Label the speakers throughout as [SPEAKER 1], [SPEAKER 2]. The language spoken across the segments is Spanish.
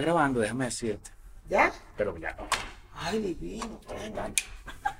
[SPEAKER 1] grabando, déjame decirte.
[SPEAKER 2] ¿Ya?
[SPEAKER 1] Pero ya,
[SPEAKER 2] Ay, divino, venga.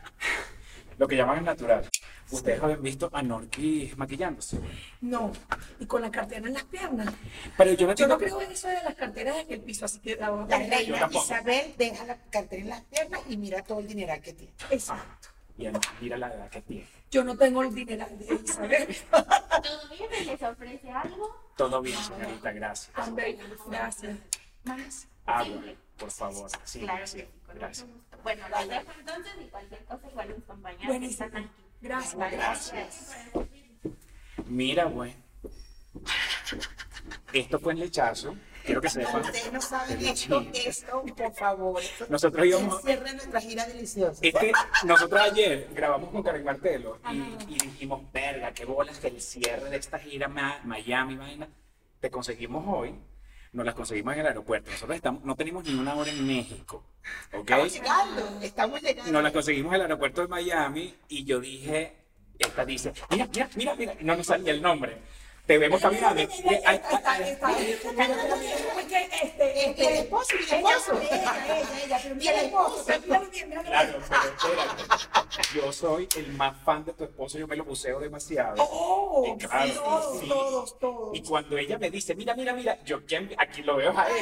[SPEAKER 1] lo que llaman el natural. Ustedes habían visto a Norquis maquillándose.
[SPEAKER 2] No, y con la cartera en las piernas.
[SPEAKER 1] Pero yo no
[SPEAKER 3] Yo
[SPEAKER 1] tengo
[SPEAKER 3] no creo en eso de las carteras en el piso, así que la voy a
[SPEAKER 2] La
[SPEAKER 3] poner ahí.
[SPEAKER 1] Yo
[SPEAKER 2] reina
[SPEAKER 1] tampoco.
[SPEAKER 2] Isabel deja la cartera en las piernas y mira todo el dinero que tiene.
[SPEAKER 3] Exacto.
[SPEAKER 1] Y él mira la edad que tiene.
[SPEAKER 3] Yo no tengo el dinero de Isabel.
[SPEAKER 4] ¿Todavía me les ofrece algo?
[SPEAKER 1] Todo bien, señorita, gracias.
[SPEAKER 3] Tan bella. Gracias. Más.
[SPEAKER 1] Háblame, por favor. Sí,
[SPEAKER 4] claro,
[SPEAKER 1] gracias.
[SPEAKER 4] que sí, con
[SPEAKER 1] Gracias.
[SPEAKER 4] mucho gusto. Bueno, los dejo entonces y cualquier cosa igual mis compañeros
[SPEAKER 3] Buenísimo.
[SPEAKER 4] están aquí.
[SPEAKER 3] Gracias.
[SPEAKER 4] Gracias.
[SPEAKER 1] Mira, güey. Esto fue el lechazo. Quiero que sepan.
[SPEAKER 2] Ustedes no saben esto, esto, por favor. Esto-
[SPEAKER 1] Nosotros íbamos-
[SPEAKER 2] Cierren nuestra gira deliciosa.
[SPEAKER 1] Es que nosotros ayer grabamos con Karen Martelo y, y dijimos, verga, qué bolas que el cierre de esta gira Ma- Miami, vaina, te conseguimos hoy, nos las conseguimos en el aeropuerto. Nosotros estamos, no tenemos ni una hora en México, ¿ok?
[SPEAKER 2] Estamos llegando, estamos llegando.
[SPEAKER 1] Nos las conseguimos en el aeropuerto de Miami y yo dije, esta dice, mira, mira, mira, mira, y no nos salía el nombre. Te vemos caminando. Eh, ay, ay,
[SPEAKER 3] Está, está. Es que este,
[SPEAKER 2] Este, el esposo y el esposo.
[SPEAKER 3] Ella, ella, ella, pero
[SPEAKER 2] Y
[SPEAKER 3] mira
[SPEAKER 2] el
[SPEAKER 3] el esposo.
[SPEAKER 2] esposo.
[SPEAKER 3] Mira, mira, mira, mira.
[SPEAKER 1] Claro, pero espérate. Yo soy el más fan de tu esposo, yo me lo buceo demasiado.
[SPEAKER 3] Oh,
[SPEAKER 1] Y claro,
[SPEAKER 3] todos,
[SPEAKER 1] sí.
[SPEAKER 3] todos, todos.
[SPEAKER 1] Y cuando ella me dice, mira, mira, mira, yo ¿quién? aquí lo veo a él.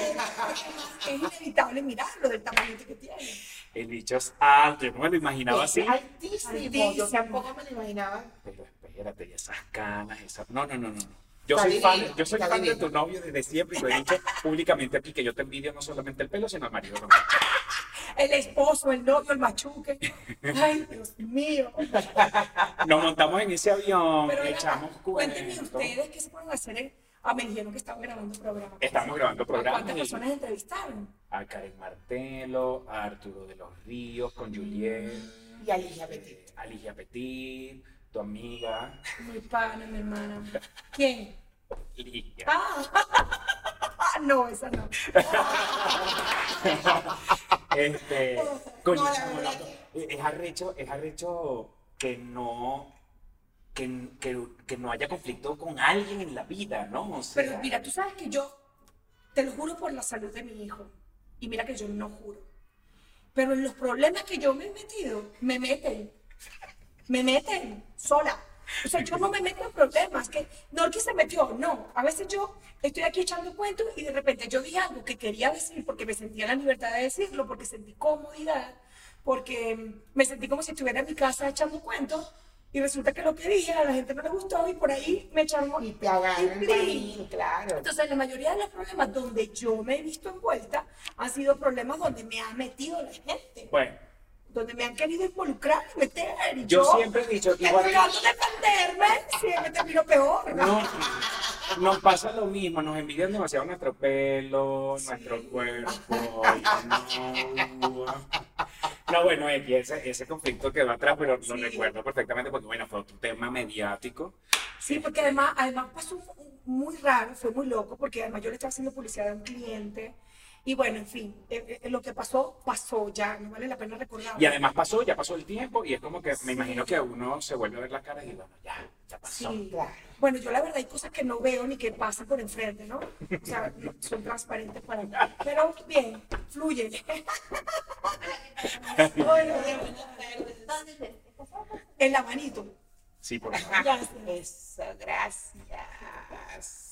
[SPEAKER 3] Es inevitable mirarlo del tamaño que tiene.
[SPEAKER 1] El bicho es alto, yo no me lo imaginaba así.
[SPEAKER 2] Es Altísimo. Yo
[SPEAKER 3] Altísimo.
[SPEAKER 2] tampoco me lo imaginaba.
[SPEAKER 1] Pero espérate, y esas canas, esas... No, no, no, no. Yo
[SPEAKER 2] Está
[SPEAKER 1] soy, fan,
[SPEAKER 2] divino,
[SPEAKER 1] yo soy
[SPEAKER 2] está
[SPEAKER 1] fan de
[SPEAKER 2] divino.
[SPEAKER 1] tu novio desde siempre y lo he dicho públicamente aquí, que yo te envidio no solamente el pelo, sino el marido.
[SPEAKER 3] El esposo, el novio, el machuque. Ay, Dios mío.
[SPEAKER 1] Nos montamos en ese avión,
[SPEAKER 3] Pero ven acá,
[SPEAKER 1] echamos
[SPEAKER 3] Cuéntenme
[SPEAKER 1] cuentos.
[SPEAKER 3] ustedes qué se pueden hacer. en- Ah, me dijeron que estaban grabando programas.
[SPEAKER 1] Estamos grabando
[SPEAKER 3] ¿A
[SPEAKER 1] programas.
[SPEAKER 3] cuántas personas entrevistaron?
[SPEAKER 1] a Karen Martelo, a Arturo de los Ríos, con Juliet,
[SPEAKER 2] Y a Ligia Petit.
[SPEAKER 1] eh, a Ligia Petit, tu amiga,
[SPEAKER 3] Mi pana, mi hermana. ¿Quién?
[SPEAKER 1] Ligia.
[SPEAKER 3] Ah, no, esa no.
[SPEAKER 1] Este, coño,
[SPEAKER 2] No, la
[SPEAKER 1] chamo,
[SPEAKER 2] verdad
[SPEAKER 1] loco, es arrecho, es arrecho que no, que, que, que no haya conflicto con alguien en la vida, ¿no? O sea,
[SPEAKER 3] Pero mira, tú sabes que yo, te lo juro por la salud de mi hijo, y mira que yo no juro, pero en los problemas que yo me he metido, me meten, me meten sola. O sea, yo no me meto en problemas, que no el que se metió, no. A veces yo estoy aquí echando cuentos y de repente yo dije algo que quería decir porque me sentía la libertad de decirlo, porque sentí comodidad, porque me sentí como si estuviera en mi casa echando cuentos y resulta que lo que dije a la gente no le gustó y por ahí me echaron
[SPEAKER 2] Y te agarran
[SPEAKER 3] y
[SPEAKER 2] el
[SPEAKER 3] plin.
[SPEAKER 2] maní, claro.
[SPEAKER 3] Entonces, la mayoría de los problemas donde yo me he visto envuelta han sido problemas donde me ha metido la gente,
[SPEAKER 1] bueno,
[SPEAKER 3] donde me han querido involucrar y meter. Y
[SPEAKER 1] yo, siempre he dicho, igual,
[SPEAKER 3] tratando de defenderme, siempre termino peor.
[SPEAKER 1] no, nos pasa lo mismo, nos envidian demasiado nuestro pelo, nuestro cuerpo, no. No, bueno, X, ese, ese conflicto quedó atrás, pero lo
[SPEAKER 3] Sí.
[SPEAKER 1] recuerdo perfectamente porque, bueno, fue otro tema mediático.
[SPEAKER 3] Sí, porque además, además pasó un- un- muy raro, fue muy loco, porque además yo le estaba haciendo publicidad a un cliente. Y bueno, en fin, eh, eh, lo que pasó, pasó ya, no vale la pena recordarlo.
[SPEAKER 1] Y además pasó, ya pasó el tiempo y es como que me imagino que uno se vuelve a ver las caras y bueno, ya, ya pasó.
[SPEAKER 3] Sí.
[SPEAKER 2] Claro.
[SPEAKER 3] Bueno, yo la verdad hay cosas que no veo ni que pasan por enfrente, ¿no? O sea, no son transparentes para mí. Pero bien, fluye. Bueno,
[SPEAKER 4] Entonces, este, pues, vamos.
[SPEAKER 3] el abanito.
[SPEAKER 1] Sí, por favor.
[SPEAKER 3] Gracias.
[SPEAKER 2] Eso, gracias.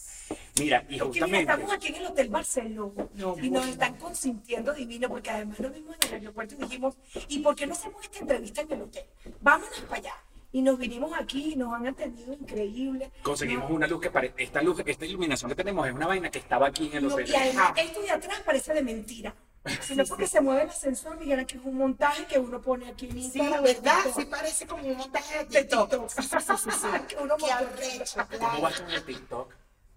[SPEAKER 1] Mira, y
[SPEAKER 3] Es que mira,
[SPEAKER 1] justamente,
[SPEAKER 3] estamos aquí en el Hotel Barceló
[SPEAKER 2] No,
[SPEAKER 3] y nos
[SPEAKER 2] bueno.
[SPEAKER 3] están consintiendo divino porque además lo mismo en el aeropuerto y dijimos, ¿y por qué no hacemos esta entrevista en el hotel? Vámonos para allá. Y nos vinimos aquí y nos han atendido increíble.
[SPEAKER 1] conseguimos
[SPEAKER 3] Nos-
[SPEAKER 1] una luz que parece, esta luz, esta iluminación que tenemos es una vaina que estaba aquí en el
[SPEAKER 3] No,
[SPEAKER 1] hotel.
[SPEAKER 3] y además, esto de atrás parece de mentira. Sino porque se mueve el ascensor, dijeron que es un montaje que uno pone aquí en
[SPEAKER 2] Sí,
[SPEAKER 3] Instagram,
[SPEAKER 2] ¿verdad?
[SPEAKER 3] en
[SPEAKER 2] Sí
[SPEAKER 3] TikTok.
[SPEAKER 2] parece como un montaje de
[SPEAKER 3] De
[SPEAKER 2] TikTok.
[SPEAKER 3] TikTok. Sí, sí, sí, sí. Que uno
[SPEAKER 2] Qué
[SPEAKER 3] montó.
[SPEAKER 2] arrecho,
[SPEAKER 1] ¿Cómo
[SPEAKER 2] claro.
[SPEAKER 1] vas con el TikTok?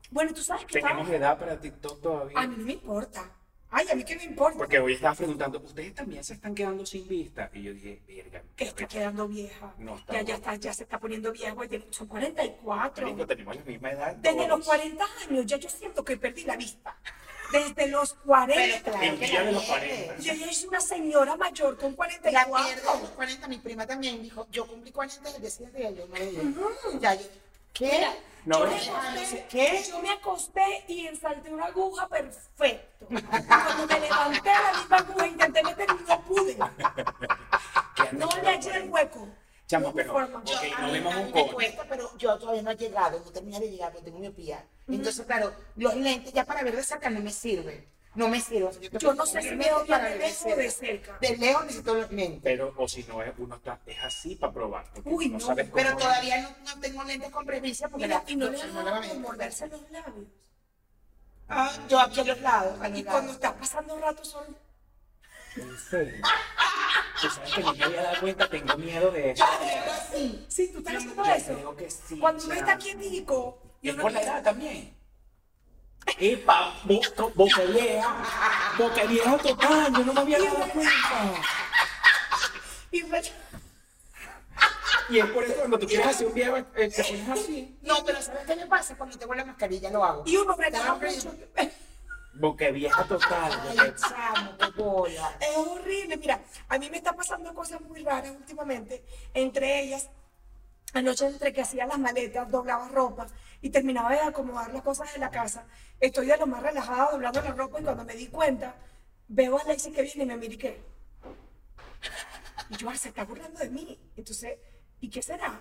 [SPEAKER 3] Bueno, tú sabes que
[SPEAKER 1] ¿Tenemos
[SPEAKER 3] estaba-
[SPEAKER 1] edad para TikTok
[SPEAKER 3] A
[SPEAKER 1] todavía?
[SPEAKER 3] mí no me importa. Ay, a mí qué me importa.
[SPEAKER 1] Porque hoy estaba preguntando, ¿ustedes también se están quedando sin vista? Y yo dije, verga,
[SPEAKER 3] Que está quedando vieja.
[SPEAKER 1] No está
[SPEAKER 3] ya, ya,
[SPEAKER 1] bueno.
[SPEAKER 3] está, ya se está poniendo viejo. y tiene- Son 44.
[SPEAKER 1] marico, tenemos la misma edad.
[SPEAKER 3] Desde los
[SPEAKER 1] todos.
[SPEAKER 3] 40 años ya yo siento que perdí la vista. Desde los 40.
[SPEAKER 2] Pero claro
[SPEAKER 1] El
[SPEAKER 2] que
[SPEAKER 1] día
[SPEAKER 2] la
[SPEAKER 1] de los
[SPEAKER 2] pierde.
[SPEAKER 1] 40.
[SPEAKER 3] Yo ya soy una señora mayor con
[SPEAKER 2] La
[SPEAKER 3] 44.
[SPEAKER 2] pierde a los 40. Mi prima también dijo, yo cumplí 40 el día siguiente y yo no le dije. Ya yo ¿Qué?
[SPEAKER 1] No,
[SPEAKER 3] yo,
[SPEAKER 1] no.
[SPEAKER 3] me acosté,
[SPEAKER 2] ¿Qué?
[SPEAKER 3] yo me acosté y ensalté una aguja perfecto. Cuando me levanté, la misma aguja intenté meter y no pude.
[SPEAKER 1] Que
[SPEAKER 3] No
[SPEAKER 1] antes
[SPEAKER 3] le hallé el hueco.
[SPEAKER 1] Chamo,
[SPEAKER 3] No
[SPEAKER 1] pero,
[SPEAKER 3] forma.
[SPEAKER 1] ok,
[SPEAKER 2] a
[SPEAKER 1] no
[SPEAKER 2] mí-
[SPEAKER 1] vemos
[SPEAKER 2] a
[SPEAKER 1] un
[SPEAKER 2] mí me
[SPEAKER 1] coño.
[SPEAKER 2] cuesta, pero yo todavía no he llegado, no terminé de llegar, porque tengo miopía. Entonces, claro, los lentes ya para ver de cerca no me sirven. No me sirven. O sea, tengo
[SPEAKER 3] Yo
[SPEAKER 2] que
[SPEAKER 3] no sé
[SPEAKER 2] poner
[SPEAKER 3] si
[SPEAKER 2] lentes
[SPEAKER 3] veo bien
[SPEAKER 2] para
[SPEAKER 3] de
[SPEAKER 2] ver de
[SPEAKER 3] lejos o de
[SPEAKER 2] cerca.
[SPEAKER 3] cerca.
[SPEAKER 2] De lejos necesito los lentes.
[SPEAKER 1] Pero, o si no, es- uno está, es así para probar. porque
[SPEAKER 3] Uy,
[SPEAKER 1] no
[SPEAKER 3] no,
[SPEAKER 1] sabes cómo
[SPEAKER 2] Pero
[SPEAKER 1] es.
[SPEAKER 2] todavía no, no tengo lentes con presbicia porque
[SPEAKER 3] Mira,
[SPEAKER 2] la-
[SPEAKER 3] y no
[SPEAKER 2] no-
[SPEAKER 3] le
[SPEAKER 2] no la
[SPEAKER 3] hagas
[SPEAKER 2] veo.
[SPEAKER 3] como morderse los labios.
[SPEAKER 2] Ah, yo aquí a los lados. a los
[SPEAKER 3] Y
[SPEAKER 2] lados.
[SPEAKER 3] cuando estás pasando un rato solo,
[SPEAKER 1] En serio. Tú sabes Pues, que no me había dado cuenta, tengo miedo de eso.
[SPEAKER 2] Algo así.
[SPEAKER 3] sí, tú te das
[SPEAKER 1] Yo
[SPEAKER 3] cuenta de eso.
[SPEAKER 1] creo que sí,
[SPEAKER 3] Cuando uno
[SPEAKER 1] chamo.
[SPEAKER 3] está quieto y
[SPEAKER 1] Es
[SPEAKER 3] uno
[SPEAKER 1] por la edad también. Epa, boca, boca vieja. Boca vieja total, yo no me había dado cuenta.
[SPEAKER 3] y uno-
[SPEAKER 1] Y es por eso cuando tú quieres hacer un viejo, eh, te pones así.
[SPEAKER 2] No, pero ¿sabes qué me pasa? Cuando tengo la mascarilla lo hago.
[SPEAKER 3] y uno
[SPEAKER 2] Estaba
[SPEAKER 3] recuerda
[SPEAKER 2] preso.
[SPEAKER 3] mucho.
[SPEAKER 1] Boca vieja total.
[SPEAKER 2] Ay,
[SPEAKER 1] boca-
[SPEAKER 2] chamo, qué bola.
[SPEAKER 3] Es horrible. Mira, a mí me están pasando cosas muy raras últimamente. Entre ellas, anoche entre que hacía las maletas, doblaba ropa y terminaba de acomodar las cosas de la casa. Estoy de lo más relajada doblando la ropa y cuando me di cuenta, veo a Alexis que viene y me mira y que... Y yo, "Ah, se está burlando de mí. Entonces, ¿y qué será?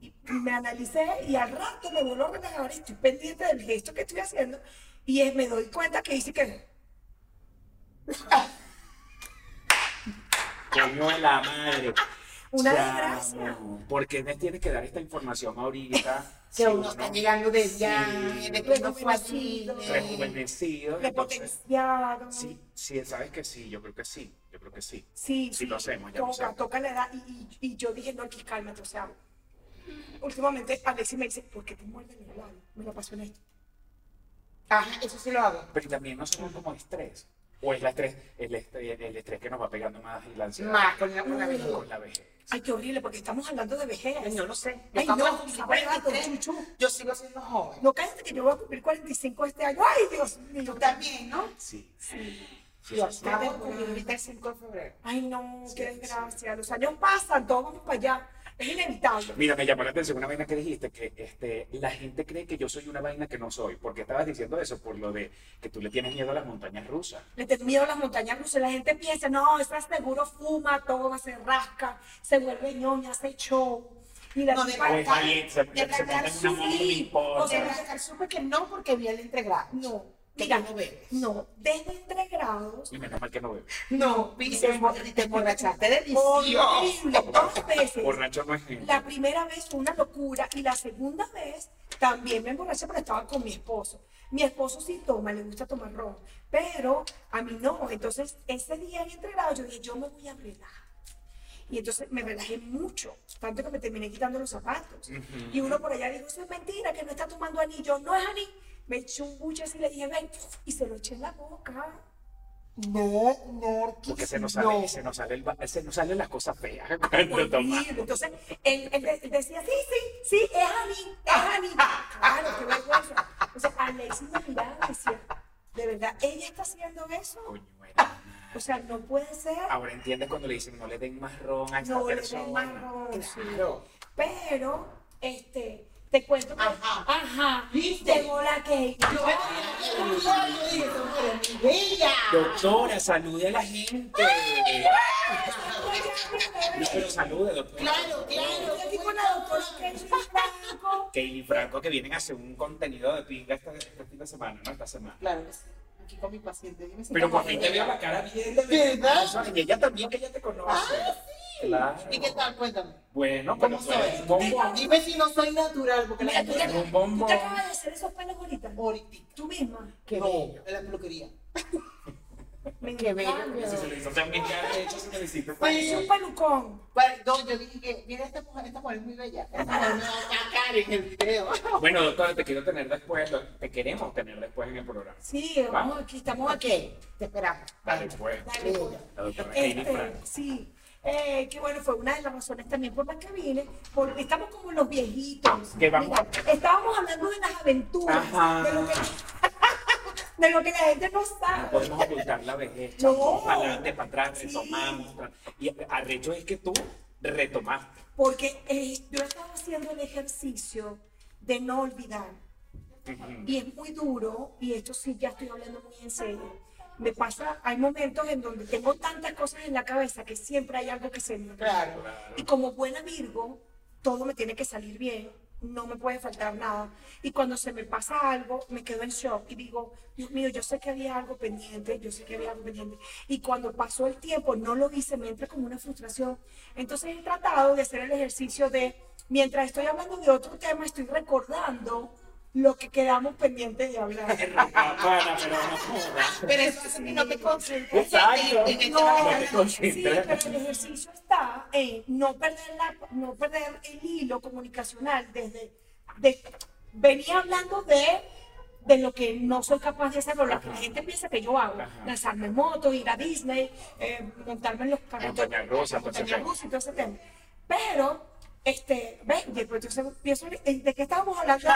[SPEAKER 3] Y me analicé y al rato me vuelvo a relajar y estoy pendiente del gesto que estoy haciendo y es- me doy cuenta que dice que...
[SPEAKER 1] Coño de la madre.
[SPEAKER 3] Una
[SPEAKER 1] Chamo,
[SPEAKER 3] desgracia.
[SPEAKER 1] ¿Por qué me tienes que dar esta información ahorita?
[SPEAKER 2] Que uno está llegando desde ya,
[SPEAKER 1] Sí.
[SPEAKER 2] de que no fue así.
[SPEAKER 1] Rejuvenecido. entonces-
[SPEAKER 3] repotenciado.
[SPEAKER 1] Sí, sí, sabes que sí, yo creo que sí, yo creo que sí.
[SPEAKER 3] sí,
[SPEAKER 1] Sí, lo hacemos, ya lo
[SPEAKER 3] toca,
[SPEAKER 1] hacemos.
[SPEAKER 3] toca la edad. Y, y- y yo dije, no, aquí cálmate, o sea, últimamente Alexis me dice, ¿por qué te muerden el labio? Me lo pasó en esto.
[SPEAKER 2] Ajá, eso sí lo hago.
[SPEAKER 1] Pero también no somos como estrés. O es la estrés, el, estrés, el estrés que nos va pegando más y la ansiedad.
[SPEAKER 2] Más con la, con la vejez.
[SPEAKER 1] Con la vejez.
[SPEAKER 3] Ay, qué horrible, porque estamos hablando de vejez.
[SPEAKER 2] Ay, No lo sé. Yo
[SPEAKER 3] Ay, no,
[SPEAKER 2] estaba
[SPEAKER 3] no,
[SPEAKER 2] con
[SPEAKER 3] estaba hablando,
[SPEAKER 2] 53,
[SPEAKER 3] chuchu.
[SPEAKER 2] Yo sigo siendo joven.
[SPEAKER 3] No cállate que yo voy a cumplir 45 este año. Ay, Dios mío.
[SPEAKER 2] Tú también, ¿no?
[SPEAKER 1] Sí. Sí,
[SPEAKER 2] Yo
[SPEAKER 1] sí, sí.
[SPEAKER 2] acabo de cumplir ahorita el 5 de febrero.
[SPEAKER 3] Ay, no, qué desgracia. Los años pasan, todos vamos para allá. Es inevitable.
[SPEAKER 1] Mira, me llamó la atención una vaina que dijiste, que este, la gente cree que yo soy una vaina que no soy. ¿Por qué estabas diciendo eso? Por lo de que tú le tienes miedo a las montañas rusas.
[SPEAKER 3] Le tengo miedo a las montañas rusas. La gente piensa, no, estás seguro, fuma, todo se rasca, se vuelve ñoña, hace show. Y la
[SPEAKER 2] No,
[SPEAKER 3] tipa-
[SPEAKER 1] O es valiente, se, se monta en una moto, no le
[SPEAKER 2] O sea,
[SPEAKER 1] importa.
[SPEAKER 2] rascar supe que no porque vi el entregado.
[SPEAKER 3] No,
[SPEAKER 2] Que
[SPEAKER 3] mira,
[SPEAKER 2] tú no bebes.
[SPEAKER 3] no, desde entre grados,
[SPEAKER 1] Y menos mal que no bebe.
[SPEAKER 2] No, vi, se embo- te emborrachaste de vicio.
[SPEAKER 3] horrible, dos veces.
[SPEAKER 1] Borracho no es gente.
[SPEAKER 3] La primera vez fue una locura y la segunda vez también me emborraché, pero estaba con mi esposo. Mi esposo sí toma, le gusta tomar ron, pero a mí no. Entonces, ese día en entregado yo dije, yo me voy a relajar. Y entonces me relajé mucho, tanto que me terminé quitando los zapatos. Y uno por allá dijo, eso es mentira, que no está tomando anillo. No es anillo. Me eché un buche así, le dije, ven, y se lo eché en la boca.
[SPEAKER 2] No, no,
[SPEAKER 1] Porque se
[SPEAKER 2] no.
[SPEAKER 1] nos sale, se nos sale el ba- se nos salen las cosas feas cuando tomamos.
[SPEAKER 3] Horrible. Entonces, él, él de- decía, sí, sí, sí, es Ani, es Ani. Claro, qué vergüenza. O sea, Alexis me miraba y decía, de verdad, ella está haciendo eso.
[SPEAKER 1] Coño, era-
[SPEAKER 3] O sea, no puede ser.
[SPEAKER 2] Ah.
[SPEAKER 1] Ahora entiendes cuando le dicen no le den más ron a esta
[SPEAKER 3] No le
[SPEAKER 1] persona.
[SPEAKER 3] den más ron, sí.
[SPEAKER 2] Claro.
[SPEAKER 3] Pero, este, te cuento que,
[SPEAKER 2] Ajá.
[SPEAKER 3] ajá,
[SPEAKER 2] ¿Viste?
[SPEAKER 3] tengo la que
[SPEAKER 2] Yo me yo dije, pero mi bella.
[SPEAKER 1] Doctora, salude a la gente. No, pero salude, doctora.
[SPEAKER 2] Claro, claro.
[SPEAKER 3] Estoy aquí con la doctora Kenji Franco.
[SPEAKER 1] Katie y Franco que vienen a hacer un contenido de pinga esta, este fin de semana, no esta semana.
[SPEAKER 2] Claro que sí. Aquí con mi paciente. Dime si
[SPEAKER 1] Pero
[SPEAKER 2] está
[SPEAKER 1] por fin te veo la cara bien de
[SPEAKER 2] ¿Verdad?
[SPEAKER 1] Y ella también que ella te conoce.
[SPEAKER 3] Ah,
[SPEAKER 1] Claro.
[SPEAKER 2] ¿Y qué tal? Cuéntame.
[SPEAKER 1] Bueno,
[SPEAKER 2] ¿Cómo
[SPEAKER 1] pero tú eres
[SPEAKER 2] soy?
[SPEAKER 1] un bombón.
[SPEAKER 2] Dime si no soy natural, porque la
[SPEAKER 3] Mira, tú te,
[SPEAKER 2] gente
[SPEAKER 1] Un
[SPEAKER 3] tú
[SPEAKER 1] bombón.
[SPEAKER 3] te acabas de hacer esos pelos ahorita.
[SPEAKER 2] ahorita.
[SPEAKER 3] Tú misma.
[SPEAKER 2] no, en la peluquería.
[SPEAKER 3] Me
[SPEAKER 2] Qué bello.
[SPEAKER 3] encanta.
[SPEAKER 1] Si se lo hizo también, ya de hecho se lo hiciste.
[SPEAKER 3] Parece un pelucón.
[SPEAKER 2] Para- no, yo dije que, mira esta mujer, esta mujer es muy bella. Esta mujer me va a sacar en el video.
[SPEAKER 1] Bueno, doctora, te quiero tener después, lo- te queremos tener después en el programa.
[SPEAKER 3] Sí, vamos,
[SPEAKER 1] Vamos.
[SPEAKER 3] aquí estamos
[SPEAKER 2] Ok,
[SPEAKER 3] aquí.
[SPEAKER 2] te esperamos.
[SPEAKER 1] Dale, pues.
[SPEAKER 3] Dale, voy.
[SPEAKER 1] La doctora Katie
[SPEAKER 3] Este,
[SPEAKER 1] Franco.
[SPEAKER 3] sí, eh, que bueno, fue una de las razones también por las que vine, porque estamos como los viejitos.
[SPEAKER 1] Que vamos-
[SPEAKER 3] Mira, estábamos hablando de las aventuras,
[SPEAKER 1] Ajá.
[SPEAKER 3] de lo, que, de lo que la gente no
[SPEAKER 1] No
[SPEAKER 3] sabe.
[SPEAKER 1] podemos ocultar la vejez,
[SPEAKER 3] No.
[SPEAKER 1] chamo. Para adelante, para atrás,
[SPEAKER 3] Sí.
[SPEAKER 1] retomamos. tra- Y arrecho es que tú retomaste.
[SPEAKER 3] Porque eh, yo estaba haciendo el ejercicio de no olvidar. Y es muy duro, y esto sí ya estoy hablando muy en serio. Me pasa, hay momentos en donde tengo tantas cosas en la cabeza que siempre hay algo que se me olvida.
[SPEAKER 2] Claro.
[SPEAKER 3] Y como buena Virgo, todo me tiene que salir bien, no me puede faltar nada. Y cuando se me pasa algo, me quedo en shock y digo, Dios mío, yo sé que había algo pendiente, yo sé que había algo pendiente. Y cuando pasó el tiempo, no lo hice, me entra como una frustración. Entonces he tratado de hacer el ejercicio de, mientras estoy hablando de otro tema, estoy recordando lo que quedamos pendientes de hablar.
[SPEAKER 1] Ah, pana, pero no jodas.
[SPEAKER 2] Pero eso hace que no te concentres
[SPEAKER 1] Exacto.
[SPEAKER 2] en- en el
[SPEAKER 3] No,
[SPEAKER 2] trabajo.
[SPEAKER 1] te
[SPEAKER 3] sí,
[SPEAKER 1] concentras.
[SPEAKER 3] pero el ejercicio está en no perder, la, no perder el hilo comunicacional desde... de- venía hablando de, de lo que no soy capaz de hacer, o lo que la gente piensa que yo hago.
[SPEAKER 1] Ajá.
[SPEAKER 3] Lanzarme en moto, ir a Disney, eh, montarme en los carros.
[SPEAKER 1] Montaña rusa, todo ese
[SPEAKER 3] montaña
[SPEAKER 1] tema.
[SPEAKER 3] rusa y todo ese tema. Pero, este, ven, después yo pienso, ¿de de qué estábamos hablando?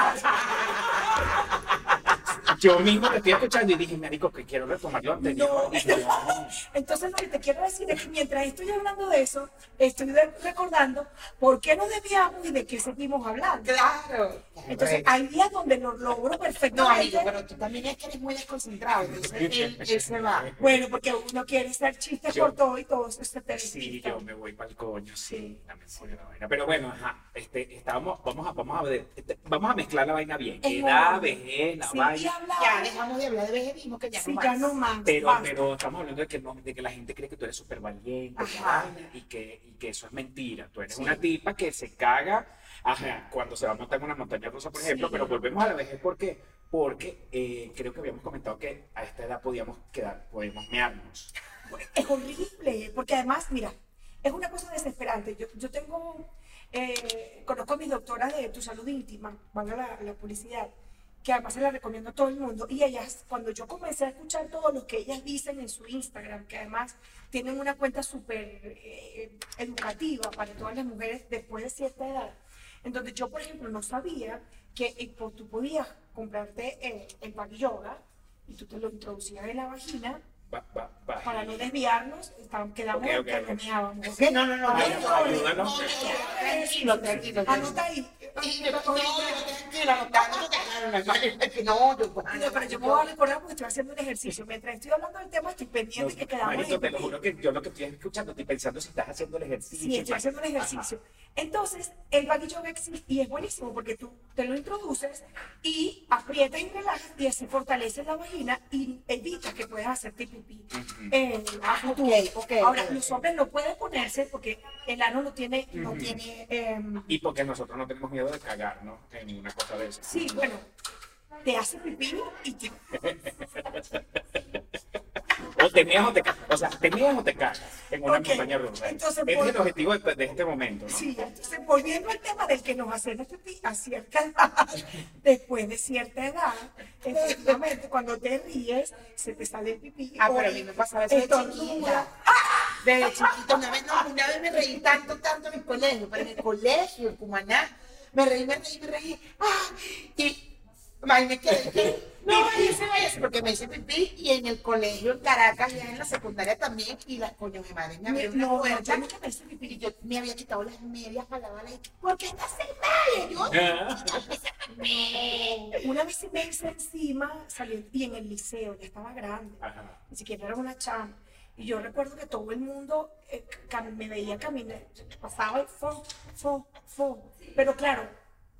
[SPEAKER 1] Yo mismo te estoy escuchando y dije, marico, que quiero retomar lo anterior.
[SPEAKER 3] No.
[SPEAKER 1] Y yo, no.
[SPEAKER 3] Entonces lo que te quiero decir es que mientras estoy hablando de eso, estoy de- recordando por qué nos debíamos y de qué seguimos hablando.
[SPEAKER 2] Claro.
[SPEAKER 3] Entonces hay días donde lo logro
[SPEAKER 2] No, amigo,
[SPEAKER 3] perfectamente.
[SPEAKER 2] pero tú también es que eres muy desconcentrado. Entonces él, él se va.
[SPEAKER 3] Bueno, porque uno quiere ser chiste
[SPEAKER 1] Yo-
[SPEAKER 3] por todo y todo se te
[SPEAKER 1] Sí,
[SPEAKER 3] deschista.
[SPEAKER 1] yo me voy para el coño, sí, la mejor de la vaina. Pero bueno, ajá, este, estábamos, vamos a, vamos a ver, este, vamos a mezclar la vaina bien.
[SPEAKER 3] Es
[SPEAKER 1] Edad,
[SPEAKER 3] bueno.
[SPEAKER 1] vejez, la
[SPEAKER 3] Sí, y
[SPEAKER 1] vaina.
[SPEAKER 3] hablar-
[SPEAKER 2] Ya dejamos de hablar de vejerismo, que ya
[SPEAKER 3] sí,
[SPEAKER 2] no
[SPEAKER 3] ya
[SPEAKER 2] más.
[SPEAKER 3] no más.
[SPEAKER 1] Pero,
[SPEAKER 3] basta.
[SPEAKER 1] pero estamos hablando de que, no- de que la gente cree que tú eres súper valiente que
[SPEAKER 2] Ajá.
[SPEAKER 1] vaina, y, que, y que eso es mentira. Tú eres
[SPEAKER 2] Sí.
[SPEAKER 1] una tipa que se caga ajá, cuando se va a montar en una montaña rusa, por ejemplo,
[SPEAKER 3] Sí.
[SPEAKER 1] pero volvemos a la vejez ¿por qué? porque eh, creo que habíamos comentado que a esta edad podíamos quedar, podíamos mearnos.
[SPEAKER 3] es horrible, porque además, mira, es una cosa desesperante. Yo, yo tengo, eh, conozco a mis doctoras de tu salud íntima, van a la, la publicidad, que además se la recomiendo a todo el mundo. Y ellas, cuando yo comencé a escuchar todo lo que ellas dicen en su Instagram, que además tienen una cuenta súper eh, educativa para todas las mujeres después de cierta edad, en donde yo, por ejemplo, no sabía que eh, po- tú podías comprarte el, el back yoga y tú te lo introducías en la vagina
[SPEAKER 1] Va- va- va-
[SPEAKER 3] para no desviarnos, estaban- quedamos
[SPEAKER 1] Ok,
[SPEAKER 3] en
[SPEAKER 1] ok,
[SPEAKER 3] que
[SPEAKER 1] ok.
[SPEAKER 3] no meábamos.
[SPEAKER 2] Sí, no, no, no.
[SPEAKER 1] Ay,
[SPEAKER 2] no,
[SPEAKER 1] no,
[SPEAKER 2] no,
[SPEAKER 1] ayúdanos.
[SPEAKER 2] no, no, Tranquilo, tranquilo.
[SPEAKER 3] Anota ahí.
[SPEAKER 2] Sí, pero- No, pero tranquilo, anotando lo que ganaron, hermano, que No, yo.
[SPEAKER 3] No, pero yo me voy a recordar porque estoy haciendo un ejercicio. Mientras estoy hablando del tema, estoy
[SPEAKER 1] No,
[SPEAKER 3] pendiente que quedamos
[SPEAKER 1] Marito,
[SPEAKER 3] en
[SPEAKER 1] te lo juro que yo lo que estoy escuchando, estoy pensando si estás haciendo el ejercicio.
[SPEAKER 3] Sí, estoy haciendo un ejercicio. Entonces, el baggy yoga existe y es buenísimo porque tú te lo introduces y aprietas y relajas y así fortaleces la vagina y evitas que puedas hacerte pipí. eh, a futuro.
[SPEAKER 2] Ah, ok, ok,
[SPEAKER 3] Ahora,
[SPEAKER 2] ok.
[SPEAKER 3] los hombres no pueden ponerse porque el ano no tiene, no
[SPEAKER 1] Ujú.
[SPEAKER 3] tiene em,
[SPEAKER 1] Y porque nosotros no tenemos miedo de cagar, ¿no? En una cosa de esas.
[SPEAKER 3] Sí, bueno, te hace pipí y te...
[SPEAKER 1] O te meas o te cagas. O sea, te meas o te cagas en una
[SPEAKER 3] Ok,
[SPEAKER 1] montaña rusa.
[SPEAKER 3] entonces
[SPEAKER 1] Ese
[SPEAKER 3] voy-
[SPEAKER 1] es el objetivo de, de este momento, ¿no?
[SPEAKER 3] Sí, entonces volviendo al tema del que nos hacemos pipí a cierta edad, después de cierta edad, efectivamente, cuando te ríes, se te sale el pipí.
[SPEAKER 2] Ah,
[SPEAKER 3] o
[SPEAKER 2] pero a mí me pasaba eso de
[SPEAKER 3] estornuda.
[SPEAKER 2] chiquita. Desde chiquito, una vez, no, una vez me reí tanto, tanto en el colegio, pero en el colegio, en Cumaná, me reí, me reí, me reí. ¡Ah! Y ay, me quedé, que no hice eso, porque me hice pipí y en el colegio, en Caracas, ya en la secundaria también, y las coño de madre me abrió una
[SPEAKER 3] No, no,
[SPEAKER 2] puerta.
[SPEAKER 3] yo nunca me hice pipí.
[SPEAKER 2] Y yo me había quitado las medias para la y ¿por qué estás sin medias? Yo,
[SPEAKER 1] Ah,
[SPEAKER 3] Una vez se me hizo encima, salió, y en el liceo, ya estaba grande.
[SPEAKER 1] ajá.
[SPEAKER 3] ni siquiera era una chama. Y yo recuerdo que todo el mundo eh, cam- me veía caminar, pasaba y fo, fo, fo. Pero claro,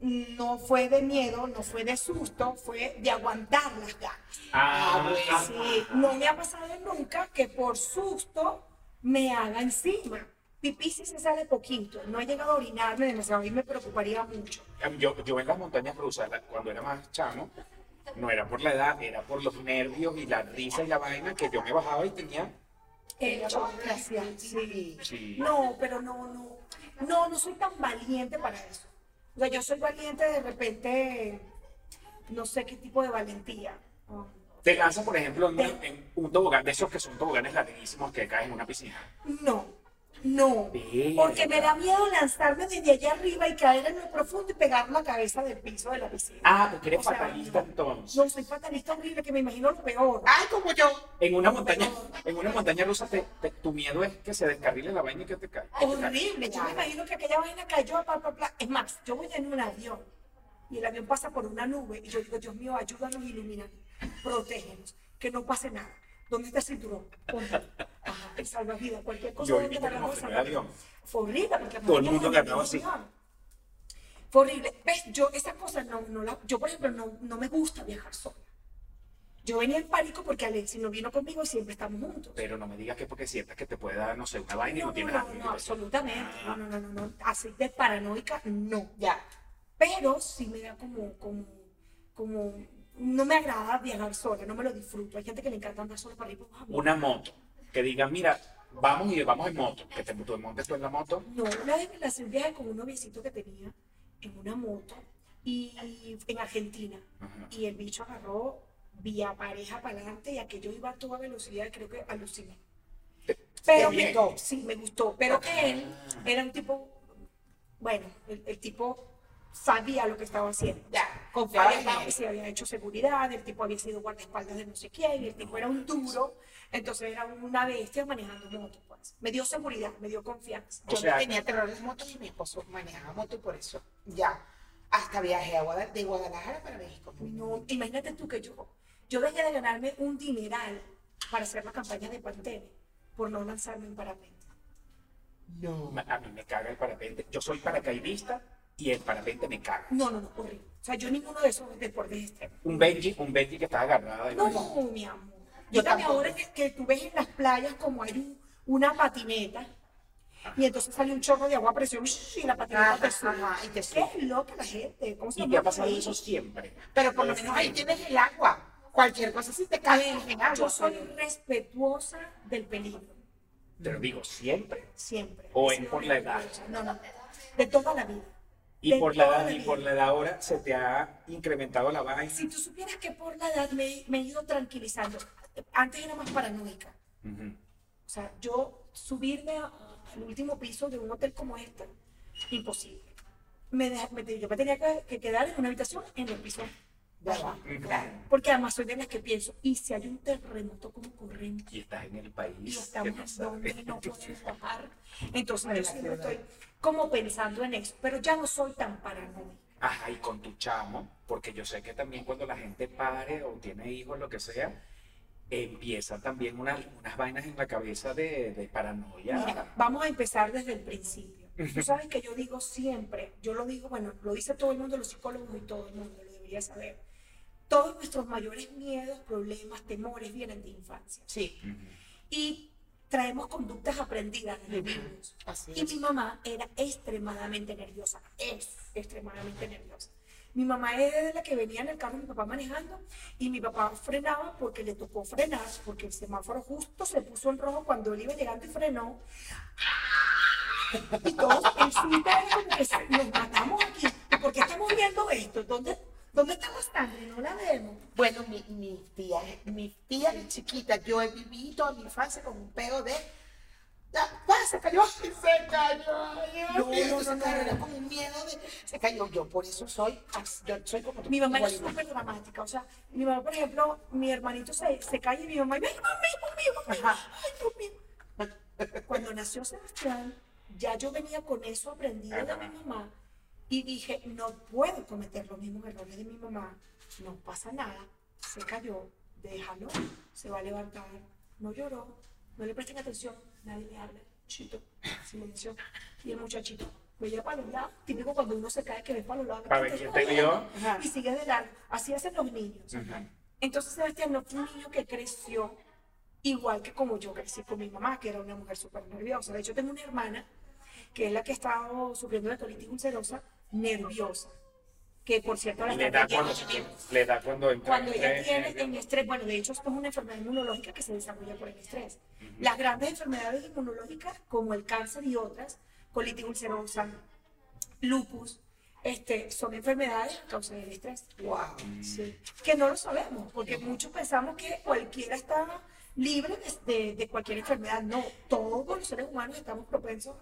[SPEAKER 3] no fue de miedo, no fue de susto, fue de aguantar las ganas.
[SPEAKER 1] Ah, ah,
[SPEAKER 3] pues Sí, no me ha pasado nunca que por susto me haga encima. Pipí sí se sale poquito, no he llegado a orinarme demasiado y me preocuparía mucho.
[SPEAKER 1] ah, Yo, yo en las montañas rusas, la- cuando era más chamo, no era por la edad, era por los nervios y la risa y la vaina que yo me bajaba y tenía.
[SPEAKER 3] El shock glacial, sí.
[SPEAKER 1] Sí.
[SPEAKER 3] No, pero no, no. No, no soy tan valiente para eso. O sea, yo soy valiente de repente, no sé qué tipo de valentía. Ah.
[SPEAKER 1] Te lanzas, por ejemplo, en,
[SPEAKER 3] Eh.
[SPEAKER 1] una- en un tobogán, de esos que son toboganes larguísimos que caes en una piscina.
[SPEAKER 3] No, no.
[SPEAKER 1] Verga.
[SPEAKER 3] Porque me da miedo lanzarme desde allá arriba y caer en lo profundo y pegar la cabeza del piso de la piscina.
[SPEAKER 1] Ah, porque eres
[SPEAKER 3] O sea,
[SPEAKER 1] fatalista
[SPEAKER 3] no.
[SPEAKER 1] entonces.
[SPEAKER 3] No, soy fatalista horrible que me imagino lo peor.
[SPEAKER 2] ay, como yo.
[SPEAKER 1] En una montaña, en una montaña rusa, te- te- tu miedo es que se descarrile la vaina y que te caiga.
[SPEAKER 3] horrible. Yo me imagino que aquella vaina cayó, bla, bla, bla. Es más, yo voy en un avión y el avión pasa por una nube y yo digo, Dios mío, ayúdanos, ilumínanos, protégenos, que no pase nada. ¿Dónde está el cinturón? Ponte. Ajá, el salvavidas, cualquier cosa.
[SPEAKER 1] Yo
[SPEAKER 3] ¿dónde
[SPEAKER 1] vi que
[SPEAKER 3] está la
[SPEAKER 1] tenemos
[SPEAKER 3] cosa?
[SPEAKER 1] el avión.
[SPEAKER 3] Fue horrible
[SPEAKER 1] Todo
[SPEAKER 3] porque
[SPEAKER 1] el
[SPEAKER 3] aparte
[SPEAKER 1] mundo
[SPEAKER 3] nos
[SPEAKER 1] ganaba así.
[SPEAKER 3] emocionaban. Fue horrible. ¿Ves? Yo esas cosas no, no la- yo por ejemplo no, no me gusta viajar sola. Yo venía en pánico porque Alexis no vino conmigo y siempre estamos juntos.
[SPEAKER 1] Pero no me digas que porque sientas que te puede dar, no sé, una vaina y no
[SPEAKER 3] No,
[SPEAKER 1] tienes
[SPEAKER 3] no,
[SPEAKER 1] nada.
[SPEAKER 3] no, absolutamente. No,
[SPEAKER 1] Ah,
[SPEAKER 3] no, no, no, no. Así de paranoica, no.
[SPEAKER 2] Ya.
[SPEAKER 3] Pero sí me da como, como, como, no me agrada viajar sola, no me lo disfruto. Hay gente que le encanta andar sola para ir por abajo.
[SPEAKER 1] Una moto. Que diga, mira, vamos y vamos en moto. Que te tú montes tú en la moto.
[SPEAKER 3] No, una vez me lancé un viaje con un noviecito que tenía en una moto y en Argentina.
[SPEAKER 1] Ajá.
[SPEAKER 3] Y el bicho agarró vía pareja para adelante y aquello iba a toda velocidad, creo que aluciné. Pero
[SPEAKER 1] Qué
[SPEAKER 3] me
[SPEAKER 1] bien.
[SPEAKER 3] gustó, sí, me gustó. Pero él era un tipo, bueno, el, el tipo sabía lo que estaba haciendo.
[SPEAKER 2] Ya, confiaba
[SPEAKER 3] Había
[SPEAKER 2] en
[SPEAKER 3] estado-
[SPEAKER 2] él.
[SPEAKER 3] se había hecho seguridad, el tipo había sido guardaespaldas de no sé quién, el tipo era un duro, entonces era una bestia manejando moto. pues. Me dio seguridad, me dio confianza.
[SPEAKER 1] O
[SPEAKER 2] Yo
[SPEAKER 1] sea-
[SPEAKER 2] no tenía terror a las motos y mi esposo manejaba moto y por eso. Ya. Hasta viajé a Guada- de Guadalajara para México.
[SPEAKER 3] No, imagínate tú que yo, yo dejé de ganarme un dineral para hacer la campaña de Pantene por no lanzarme en parapente.
[SPEAKER 2] No.
[SPEAKER 1] A mí me caga el parapente. Yo soy paracaidista y el parapente me caga.
[SPEAKER 3] No, no, no, horrible. O sea, yo ninguno de esos deportes extremos.
[SPEAKER 1] Un Benji, un Benji que está agarrado. de-
[SPEAKER 3] No, no, mi amor.
[SPEAKER 2] Yo
[SPEAKER 3] Yo también
[SPEAKER 2] tampoco.
[SPEAKER 3] ahora que, que tú ves en las playas como hay un- una patineta y entonces sale un chorro de agua a presión y la patineta
[SPEAKER 2] Ajá,
[SPEAKER 3] te sube.
[SPEAKER 2] ajá, y te sube.
[SPEAKER 3] Qué loca la gente. ¿Cómo se
[SPEAKER 1] Y
[SPEAKER 3] llama?
[SPEAKER 1] te ha pasado eso siempre.
[SPEAKER 2] Pero por lo menos ahí tienes el agua. Cualquier cosa si te cae en agua.
[SPEAKER 3] Yo soy respetuosa del peligro,
[SPEAKER 1] Te lo digo, siempre.
[SPEAKER 3] siempre.
[SPEAKER 1] O
[SPEAKER 3] He
[SPEAKER 1] en
[SPEAKER 3] sido
[SPEAKER 1] por la edad.
[SPEAKER 3] respetuosa. No, no, de toda la vida.
[SPEAKER 1] Y
[SPEAKER 3] De
[SPEAKER 1] por la
[SPEAKER 3] toda
[SPEAKER 1] edad, y
[SPEAKER 3] vida.
[SPEAKER 1] por la edad ahora se te ha incrementado la vaina.
[SPEAKER 3] Si tú supieras que por la edad me, me he ido tranquilizando. Antes era más paranoica.
[SPEAKER 1] Ujú.
[SPEAKER 3] O sea, yo subirme a- al último piso de un hotel como este, imposible. Me deja- me te- yo me tenía que, que quedar en una habitación en el piso de abajo.
[SPEAKER 2] Claro.
[SPEAKER 3] Porque además soy de las que pienso, ¿y si hay un terremoto como corriente?
[SPEAKER 1] Y estás en el
[SPEAKER 3] Y
[SPEAKER 1] país. que no
[SPEAKER 3] estamos
[SPEAKER 1] sabes.
[SPEAKER 3] donde no podemos bajar. Entonces yo siempre estoy como pensando en eso, pero ya no soy tan paranoica.
[SPEAKER 1] Ajá, y con tu chamo, porque yo sé que también cuando la gente pare o tiene hijos, lo que sea, empiezan también unas, unas vainas en la cabeza de, de paranoia.
[SPEAKER 3] Mira, vamos a empezar desde el principio. Tú sabes que yo digo siempre, yo lo digo, bueno, lo dice todo el mundo, los psicólogos y todo el mundo lo debería saber. Todos nuestros mayores miedos, problemas, temores vienen de infancia.
[SPEAKER 2] Sí.
[SPEAKER 3] Y traemos conductas aprendidas desde niños.
[SPEAKER 2] Así
[SPEAKER 3] Y
[SPEAKER 2] es.
[SPEAKER 3] mi mamá era extremadamente nerviosa, es extremadamente nerviosa. Mi mamá era de la que venía en el carro de mi papá manejando y mi papá frenaba porque le tocó frenar, porque el semáforo justo se puso en rojo cuando él iba llegando y frenó. Y todos el susto era como que "Sí, nos matamos aquí. ¿Y ¿Por qué estamos viendo esto? ¿Dónde, dónde está la sangre? No la vemos.
[SPEAKER 2] Bueno, mi, mi tía, mi tía de chiquita, yo he vivido toda mi infancia con un pego de. "Ah, ah, se cayó, se cayó. ay,
[SPEAKER 3] No,
[SPEAKER 2] Dios,
[SPEAKER 3] no,
[SPEAKER 2] se
[SPEAKER 3] no,
[SPEAKER 2] cayó,
[SPEAKER 3] no.
[SPEAKER 2] era con un miedo de. Se cayó. Yo por eso soy. así, Yo soy como tú.
[SPEAKER 3] Mi mamá era
[SPEAKER 2] igualita.
[SPEAKER 3] súper dramática, o sea, mi mamá, por ejemplo, mi hermanito se, se cae y mi mamá, ¡ay, Dios mío, Dios mío! ¡Ay, Dios mío! Cuando nació Sebastián, ya yo venía con eso aprendido de mi mamá y dije, no puedo cometer los mismos errores de mi mamá, no pasa nada, se cayó, déjalo, se va a levantar, no lloró, no le presten atención, nadie le habla, chito, silencio, y el muchachito veía para los lados, típico cuando uno se cae que ve para los lados,
[SPEAKER 1] Para ver
[SPEAKER 3] que
[SPEAKER 1] quién te vio.
[SPEAKER 2] Ajá.
[SPEAKER 3] y sigue de largo. Así hacen los niños.
[SPEAKER 1] Ujú.
[SPEAKER 3] Entonces Sebastián no fue un niño que creció igual que como yo crecí con mi mamá, que era una mujer súper nerviosa. De hecho, tengo una hermana que es la que ha estado sufriendo de colitis ulcerosa, nerviosa. Que por cierto, la
[SPEAKER 1] Le
[SPEAKER 3] está
[SPEAKER 1] da
[SPEAKER 3] teniendo
[SPEAKER 1] cuando, le da cuando entra
[SPEAKER 3] cuando
[SPEAKER 1] en
[SPEAKER 3] ella
[SPEAKER 1] tren,
[SPEAKER 3] tiene
[SPEAKER 1] en-
[SPEAKER 3] en estrés, bueno, de hecho esto es una enfermedad inmunológica que se desarrolla por el estrés. Las grandes enfermedades inmunológicas, como el cáncer y otras, colitis ulcerosa, lupus, este, son enfermedades a causa del estrés.
[SPEAKER 2] Wow.
[SPEAKER 3] Sí. Que no lo sabemos, porque muchos pensamos que cualquiera está libre de, de- de cualquier enfermedad. No, todos los seres humanos estamos propensos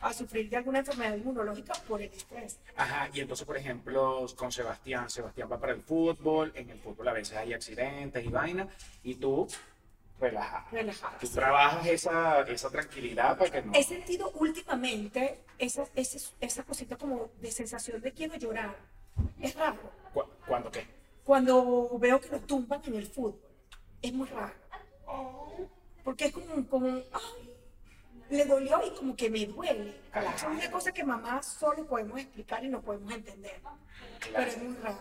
[SPEAKER 3] a sufrir de alguna enfermedad inmunológica por el estrés.
[SPEAKER 1] Ajá, y entonces, por ejemplo, con Sebastián, Sebastián va para el fútbol, en el fútbol a veces hay accidentes y vainas, y tú, relajada.
[SPEAKER 3] Relajada,
[SPEAKER 1] Tú
[SPEAKER 3] sí.
[SPEAKER 1] trabajas esa, esa tranquilidad para que no...
[SPEAKER 3] He sentido últimamente esa, esa, esa cosita como de sensación de quiero llorar. Es raro.
[SPEAKER 1] Cu- ¿Cuándo qué?
[SPEAKER 3] Cuando veo que lo tumban en el fútbol, es muy raro. Porque es como, como ay, le dolió y como que me duele. Es una cosa que mamá solo podemos explicar y no podemos entender. Pero es muy raro.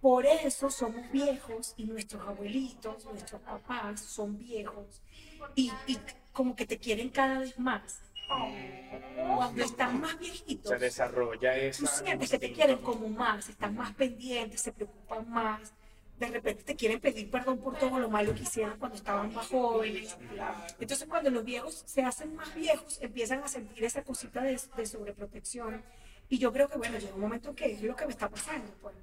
[SPEAKER 3] Por eso somos viejos y nuestros abuelitos, nuestros papás son viejos y, y como que te quieren cada vez más. Cuando están más viejitos,
[SPEAKER 1] Se desarrolla
[SPEAKER 3] tú
[SPEAKER 1] esa...
[SPEAKER 3] sientes que te quieren como más, están más pendientes, se preocupan más. De repente te quieren pedir perdón por todo lo malo que hicieron cuando estaban más jóvenes. Entonces cuando los viejos se hacen más viejos, empiezan a sentir esa cosita de, de sobreprotección. Y yo creo que, bueno, llega un momento que es lo que me está pasando, pues.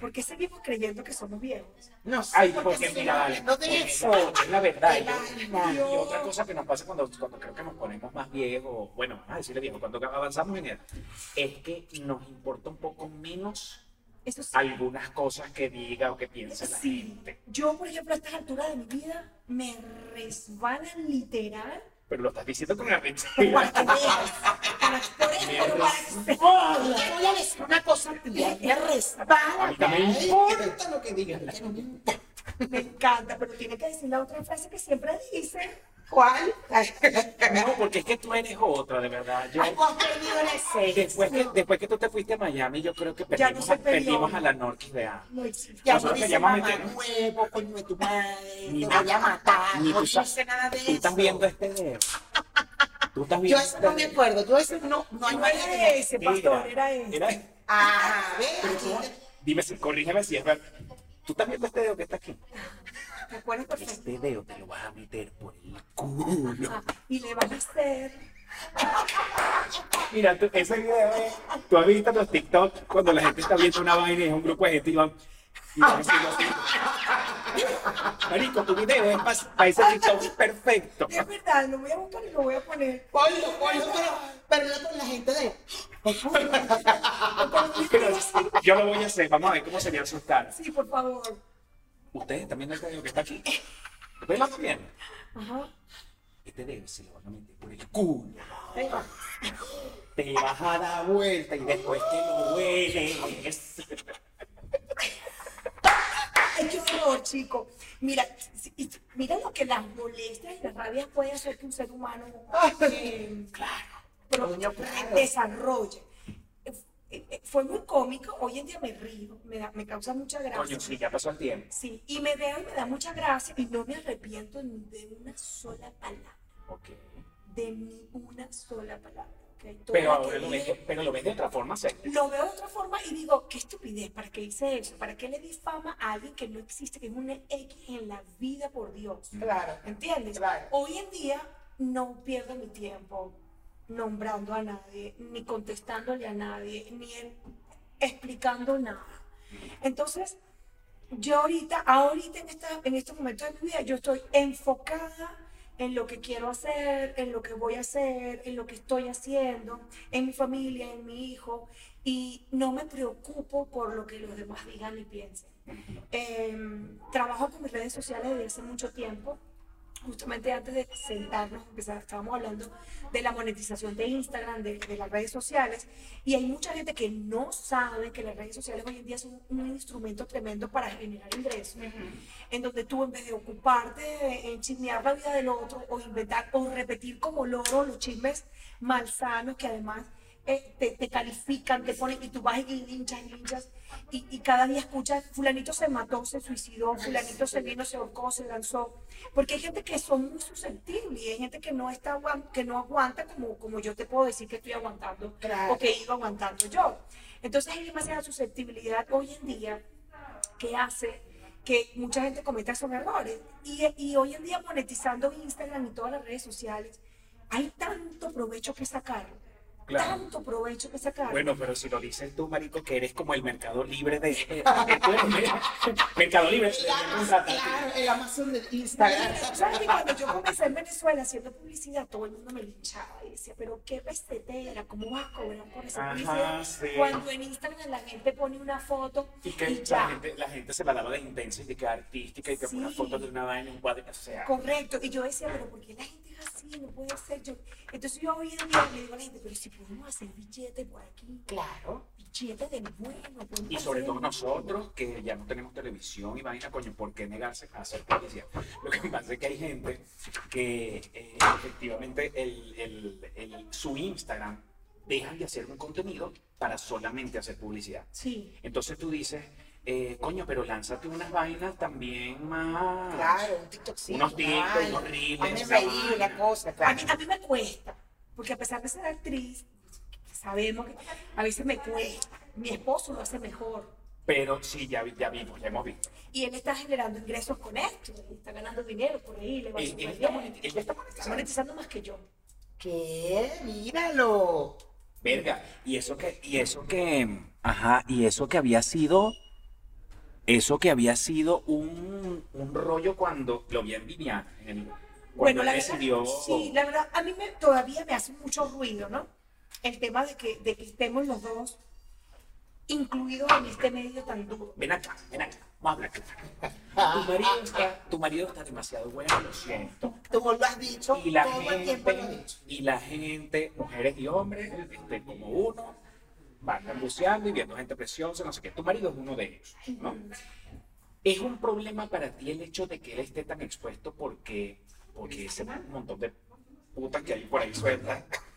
[SPEAKER 3] Porque seguimos creyendo que somos viejos.
[SPEAKER 2] No sé.
[SPEAKER 1] Ay,
[SPEAKER 2] por qué
[SPEAKER 1] porque
[SPEAKER 2] siguen
[SPEAKER 1] mira, vale,
[SPEAKER 2] hablando de
[SPEAKER 1] porque-
[SPEAKER 2] eso.
[SPEAKER 1] porque es la verdad.
[SPEAKER 2] Qué
[SPEAKER 1] yo-
[SPEAKER 2] vaina.
[SPEAKER 1] y otra cosa que nos pasa cuando, cuando creo que nos ponemos más viejos, bueno, vamos a decirle viejo, cuando avanzamos en edad, es que nos importa un poco menos
[SPEAKER 3] Eso sí.
[SPEAKER 1] algunas cosas que diga o que piense la
[SPEAKER 3] Sí.
[SPEAKER 1] gente.
[SPEAKER 3] Yo, por ejemplo, a estas alturas de mi vida, me resbalan literal
[SPEAKER 1] Pero lo estás diciendo con
[SPEAKER 3] para
[SPEAKER 1] arrepentimiento.
[SPEAKER 3] que veas. Para, por eso, pero para que se-
[SPEAKER 2] Yo te voy a decir una cosa, tía. Me
[SPEAKER 1] A
[SPEAKER 2] resbala.
[SPEAKER 1] mí también
[SPEAKER 2] ¿verdad?
[SPEAKER 1] importa
[SPEAKER 2] lo que digan. la gente.
[SPEAKER 3] Me encanta, pero tiene que decir la otra frase que siempre dice.
[SPEAKER 2] ¿Cuál? Ay,
[SPEAKER 1] No, porque es que tú eres otra, de verdad. Yo,
[SPEAKER 2] ¿cómo has perdido la esencia?
[SPEAKER 1] después, que, después que tú te fuiste a Miami, yo creo que
[SPEAKER 3] Ya no
[SPEAKER 1] perdimos,
[SPEAKER 3] se
[SPEAKER 1] a- perdimos
[SPEAKER 3] peleó.
[SPEAKER 1] a la Norquis de A.
[SPEAKER 3] No existe.
[SPEAKER 2] Ya no
[SPEAKER 1] Nosotros
[SPEAKER 2] dice
[SPEAKER 1] queríamos
[SPEAKER 2] mamá
[SPEAKER 1] meter-
[SPEAKER 2] huevo, coño de tu madre,
[SPEAKER 1] Ni
[SPEAKER 2] te
[SPEAKER 1] nada.
[SPEAKER 2] voy a matar,
[SPEAKER 1] Ni
[SPEAKER 2] no
[SPEAKER 1] tú sa-
[SPEAKER 2] dice nada de eso.
[SPEAKER 1] Tú estás viendo este dedo. Tú estás
[SPEAKER 2] Yo
[SPEAKER 1] viendo
[SPEAKER 2] eso no me
[SPEAKER 1] este
[SPEAKER 2] acuerdo, tú eso no, no hay
[SPEAKER 3] No
[SPEAKER 2] manera
[SPEAKER 3] era
[SPEAKER 2] de...
[SPEAKER 3] ese,
[SPEAKER 1] dedo.
[SPEAKER 3] pastor, era ese.
[SPEAKER 1] era-
[SPEAKER 2] Ah, a ver, aquí-
[SPEAKER 1] Dime si, corrígeme si es verdad. ¿Tú estás viendo este dedo que está aquí?
[SPEAKER 3] ¿Te acuerdas perfecto?
[SPEAKER 1] Este dedo te lo vas a meter por el culo.
[SPEAKER 3] Y le vas a hacer.
[SPEAKER 1] Mira, tú- ese video es... Tú has visto los TikTok cuando la gente está viendo una vaina y es un grupo de gente y van... y van haciendo así. Marico, tu video es para ese TikTok perfecto.
[SPEAKER 3] Es verdad, lo voy a buscar y lo voy a poner.
[SPEAKER 2] Ponlo, ponlo, pero, pero no con la gente de...
[SPEAKER 1] Pero yo lo voy a hacer. Vamos a ver cómo sería asustar.
[SPEAKER 3] Sí, por favor.
[SPEAKER 1] Ustedes también este dedo que está aquí. ¿Ustedes lo están viendo?
[SPEAKER 3] Ajá.
[SPEAKER 1] Este dedo se lo van a meter por el culo. te vas a dar vuelta y después te lo hueles.
[SPEAKER 3] Ay, qué horror, chico. Mira, sí, y- mira lo que las molestias y las rabias puede hacer que un ser humano eh, pro- desarrolle. Eh, eh, Fue muy cómico, hoy en día me río, me, da- me causa mucha gracia.
[SPEAKER 1] Coño, sí, ya pasó el tiempo.
[SPEAKER 3] Sí, y me veo y me da mucha gracia y no me arrepiento ni de una sola palabra,
[SPEAKER 1] Ok.
[SPEAKER 3] de ni una sola palabra. ¿ok? Todo
[SPEAKER 1] Pero
[SPEAKER 3] lo que
[SPEAKER 1] ahora lo ves,
[SPEAKER 3] dije,
[SPEAKER 1] pero lo ves de otra forma, ¿sí?
[SPEAKER 3] lo veo de otra forma y digo, qué estupidez, ¿para qué hice eso? ¿Para qué le di fama a alguien que no existe, que es una X en la vida, por Dios?
[SPEAKER 2] Claro.
[SPEAKER 3] ¿Entiendes?
[SPEAKER 2] Claro.
[SPEAKER 3] Hoy en día no pierdo mi tiempo nombrando a nadie, ni contestándole a nadie, ni en- explicando nada. Entonces, yo ahorita, ahorita en, esta, en estos momentos de mi vida, yo estoy enfocada en lo que quiero hacer, en lo que voy a hacer, en lo que estoy haciendo, en mi familia, en mi hijo, y no me preocupo por lo que los demás digan y piensen. Eh, trabajo con mis redes sociales desde hace mucho tiempo. Justamente antes de sentarnos, empezar, estábamos hablando de la monetización de Instagram, de, de las redes sociales, y hay mucha gente que no sabe que las redes sociales hoy en día son un instrumento tremendo para generar ingresos, en donde tú en vez de ocuparte en chismear la vida del otro o inventar o repetir como loro los chismes malsanos que además eh, te, te califican, te ponen y tú vas y linchas, y linchas, y, y cada día escuchas, fulanito se mató, se suicidó, fulanito se vino, se ahorcó, se lanzó, porque hay gente que son muy susceptibles y hay gente que no, está, aguan- que no aguanta como, como yo te puedo decir que estoy aguantando
[SPEAKER 2] Claro.
[SPEAKER 3] o que iba aguantando yo. Entonces hay demasiada susceptibilidad hoy en día que hace que mucha gente cometa esos errores. Y, y hoy en día monetizando Instagram y todas las redes sociales, hay tanto provecho que sacar.
[SPEAKER 1] Claro.
[SPEAKER 3] Tanto provecho que sacar.
[SPEAKER 1] Bueno, pero si lo dices tú, marico, que eres como el mercado libre de... de- de- mercado libre.
[SPEAKER 2] El Amazon, claro, el Amazon de Instagram.
[SPEAKER 3] Mira, ¿sabes que cuando yo comencé en Venezuela haciendo publicidad, todo el mundo me linchaba y decía, pero qué pesetera, ¿cómo vas a cobrar por esa
[SPEAKER 1] Ajá,
[SPEAKER 3] publicidad?
[SPEAKER 1] sí.
[SPEAKER 3] Cuando en Instagram la gente pone una foto
[SPEAKER 1] Y que la
[SPEAKER 3] ya.
[SPEAKER 1] gente, la gente se la daba de intensa y de que artística y que
[SPEAKER 3] Sí.
[SPEAKER 1] una foto de una vaina, un cuadro, o sea...
[SPEAKER 3] Correcto. Y yo decía, pero ¿por qué la gente así, no puede ser. Yo, entonces yo hoy en día le digo a la gente, pero si podemos hacer billetes por aquí,
[SPEAKER 2] Claro.
[SPEAKER 3] billetes del bueno. podemos
[SPEAKER 1] Y sobre
[SPEAKER 3] hacer-
[SPEAKER 1] todo nosotros, que ya no tenemos televisión y vaina, coño, ¿por qué negarse a hacer publicidad? Lo que pasa es que hay gente que eh, efectivamente el, el- el- su Instagram dejan de hacer un contenido para solamente hacer publicidad.
[SPEAKER 3] Sí.
[SPEAKER 1] Entonces tú dices, eh, coño, pero lánzate unas vainas también más.
[SPEAKER 2] Claro, un TikTokcito.
[SPEAKER 1] Unos TikTok,
[SPEAKER 2] una vaina.
[SPEAKER 1] unos reels,
[SPEAKER 2] Hazme
[SPEAKER 1] esa
[SPEAKER 2] reír, una
[SPEAKER 1] vaina.
[SPEAKER 2] cosa,
[SPEAKER 3] A
[SPEAKER 2] claro.
[SPEAKER 3] mí, a mí me cuesta, porque a pesar de ser actriz, sabemos que a veces me cuesta. Mi esposo lo hace mejor.
[SPEAKER 1] Pero sí, ya, vi- ya vimos, ya hemos visto.
[SPEAKER 3] Y él está generando ingresos con esto, y está ganando dinero por ahí, le va
[SPEAKER 2] Pues,
[SPEAKER 1] Eh, Él,
[SPEAKER 3] súper
[SPEAKER 1] él está
[SPEAKER 3] bien.
[SPEAKER 1] moneti- él ya está
[SPEAKER 3] Está
[SPEAKER 1] monetizando.
[SPEAKER 3] monetizando más que yo.
[SPEAKER 2] ¿Qué? Míralo.
[SPEAKER 1] Verga, y eso que, y eso que, ajá, y eso que había sido, eso que había sido un, un rollo cuando lo vi en Vivian, en el- cuando él decidió,
[SPEAKER 3] sí, la verdad, a mí me- todavía me hace mucho ruido, ¿no? El tema de que, de que estemos los dos incluidos en este medio tan duro.
[SPEAKER 1] ven acá, ven acá, vamos a hablar claro. Tu marido está, tu marido está demasiado bueno, lo siento.
[SPEAKER 2] Tú lo has dicho
[SPEAKER 1] Y la
[SPEAKER 2] todo el tiempo lo has
[SPEAKER 1] gente,
[SPEAKER 2] dicho.
[SPEAKER 1] y la gente, mujeres y hombres, este, como uno, van cambuceando y viendo gente preciosa, no sé qué. Tu marido es uno de ellos, ¿no? ¿Es un problema para ti el hecho de que él esté tan expuesto porque, porque ese montón de putas que hay por ahí sueltas?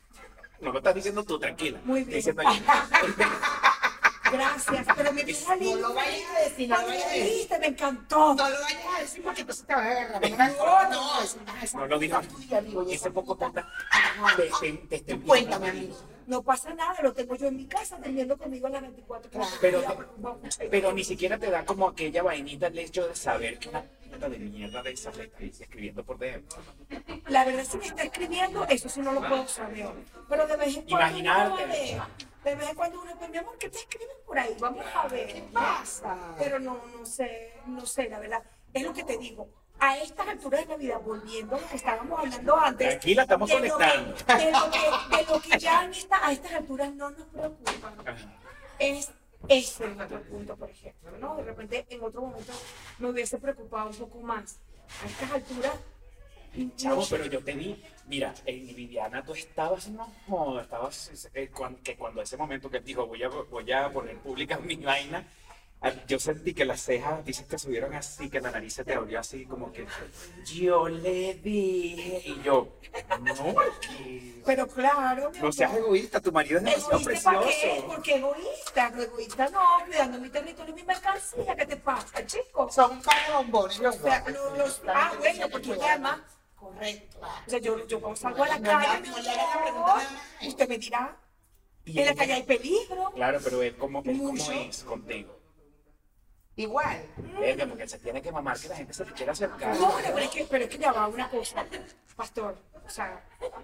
[SPEAKER 1] No lo estás diciendo tú, tranquila.
[SPEAKER 3] Muy
[SPEAKER 1] estoy
[SPEAKER 3] bien.
[SPEAKER 1] diciendo yo.
[SPEAKER 3] Gracias, pero me dio una
[SPEAKER 2] No lo
[SPEAKER 3] lista.
[SPEAKER 2] vayas a decir, no lo
[SPEAKER 3] Cuando
[SPEAKER 2] vayas a
[SPEAKER 3] me
[SPEAKER 2] decir.
[SPEAKER 3] dijiste, me encantó.
[SPEAKER 2] No lo vayas a decir porque entonces te vas a agarrar. No, no, eso no es
[SPEAKER 1] No lo digo.
[SPEAKER 2] tuya, amigo. y
[SPEAKER 1] Ese
[SPEAKER 2] esa
[SPEAKER 1] poco
[SPEAKER 2] puta-
[SPEAKER 1] puta
[SPEAKER 2] Ajá.
[SPEAKER 1] te, te, te estoy
[SPEAKER 2] Tú cuéntame,
[SPEAKER 1] viendo.
[SPEAKER 2] amigo.
[SPEAKER 3] No pasa nada, lo tengo yo en mi casa teniendo conmigo a las 24 horas.
[SPEAKER 1] Pero,
[SPEAKER 3] Vamos.
[SPEAKER 1] pero ni siquiera te da como aquella vainita el hecho de saber que una puta de mierda de esa le está escribiendo por DM.
[SPEAKER 3] La verdad, si me está escribiendo, eso sí no lo puedo saber. Pero de vez en cuando.
[SPEAKER 1] Imaginarte.
[SPEAKER 3] uno ve, De vez en cuando uno, pues, mi amor, ¿qué te escriben por ahí? Vamos a ver qué pasa. Pero no, no sé, no sé, la verdad. Es lo que te digo. A estas alturas de la vida, volviendo a lo que estábamos hablando antes.
[SPEAKER 1] Tranquila, estamos
[SPEAKER 3] de lo que-
[SPEAKER 1] conectando.
[SPEAKER 3] de, lo que, de lo que ya en esta- a estas alturas no nos preocupa
[SPEAKER 1] Ajá.
[SPEAKER 3] es ese el otro punto, por ejemplo, ¿no? De repente en otro momento me hubiese preocupado un poco más. A estas alturas,
[SPEAKER 1] Chavo,
[SPEAKER 3] no-
[SPEAKER 1] pero yo te vi, mira, en Viviana tú estabas, no, joda, estabas, eh, cuan- que cuando ese momento que él dijo, voy a, voy a poner pública mi vaina, ah, yo sentí que las cejas, dices, te subieron así, que la nariz se te abrió así, como que yo le dije, y yo, no, que-
[SPEAKER 3] pero claro, mi
[SPEAKER 1] no seas
[SPEAKER 3] amor,
[SPEAKER 1] egoísta, tu marido es demasiado
[SPEAKER 3] ¿Egoísta para qué?
[SPEAKER 1] precioso.
[SPEAKER 3] Porque egoísta, no egoísta no, cuidando mi territorio y mi mercancía, ¿qué te pasa, chicos?
[SPEAKER 2] Son un par de bombones.
[SPEAKER 3] O sea, los, los- ah, bueno, porque es que además,
[SPEAKER 2] Correcto.
[SPEAKER 3] o sea, yo, yo cuando salgo a la
[SPEAKER 2] No,
[SPEAKER 3] calle,
[SPEAKER 2] no,
[SPEAKER 3] me
[SPEAKER 2] no le
[SPEAKER 3] dirá,
[SPEAKER 2] hagas la pregunta nada más.
[SPEAKER 3] usted me dirá,
[SPEAKER 1] Y
[SPEAKER 3] en la
[SPEAKER 1] él-
[SPEAKER 3] calle hay peligro,
[SPEAKER 1] Claro, pero él como, él como
[SPEAKER 3] Mucho.
[SPEAKER 1] es contigo.
[SPEAKER 2] Igual.
[SPEAKER 1] Verga, porque él se tiene que mamar que la gente se le quiera acercar.
[SPEAKER 3] No, pero es, que, pero es que ya va una cosa, pastor. O sea,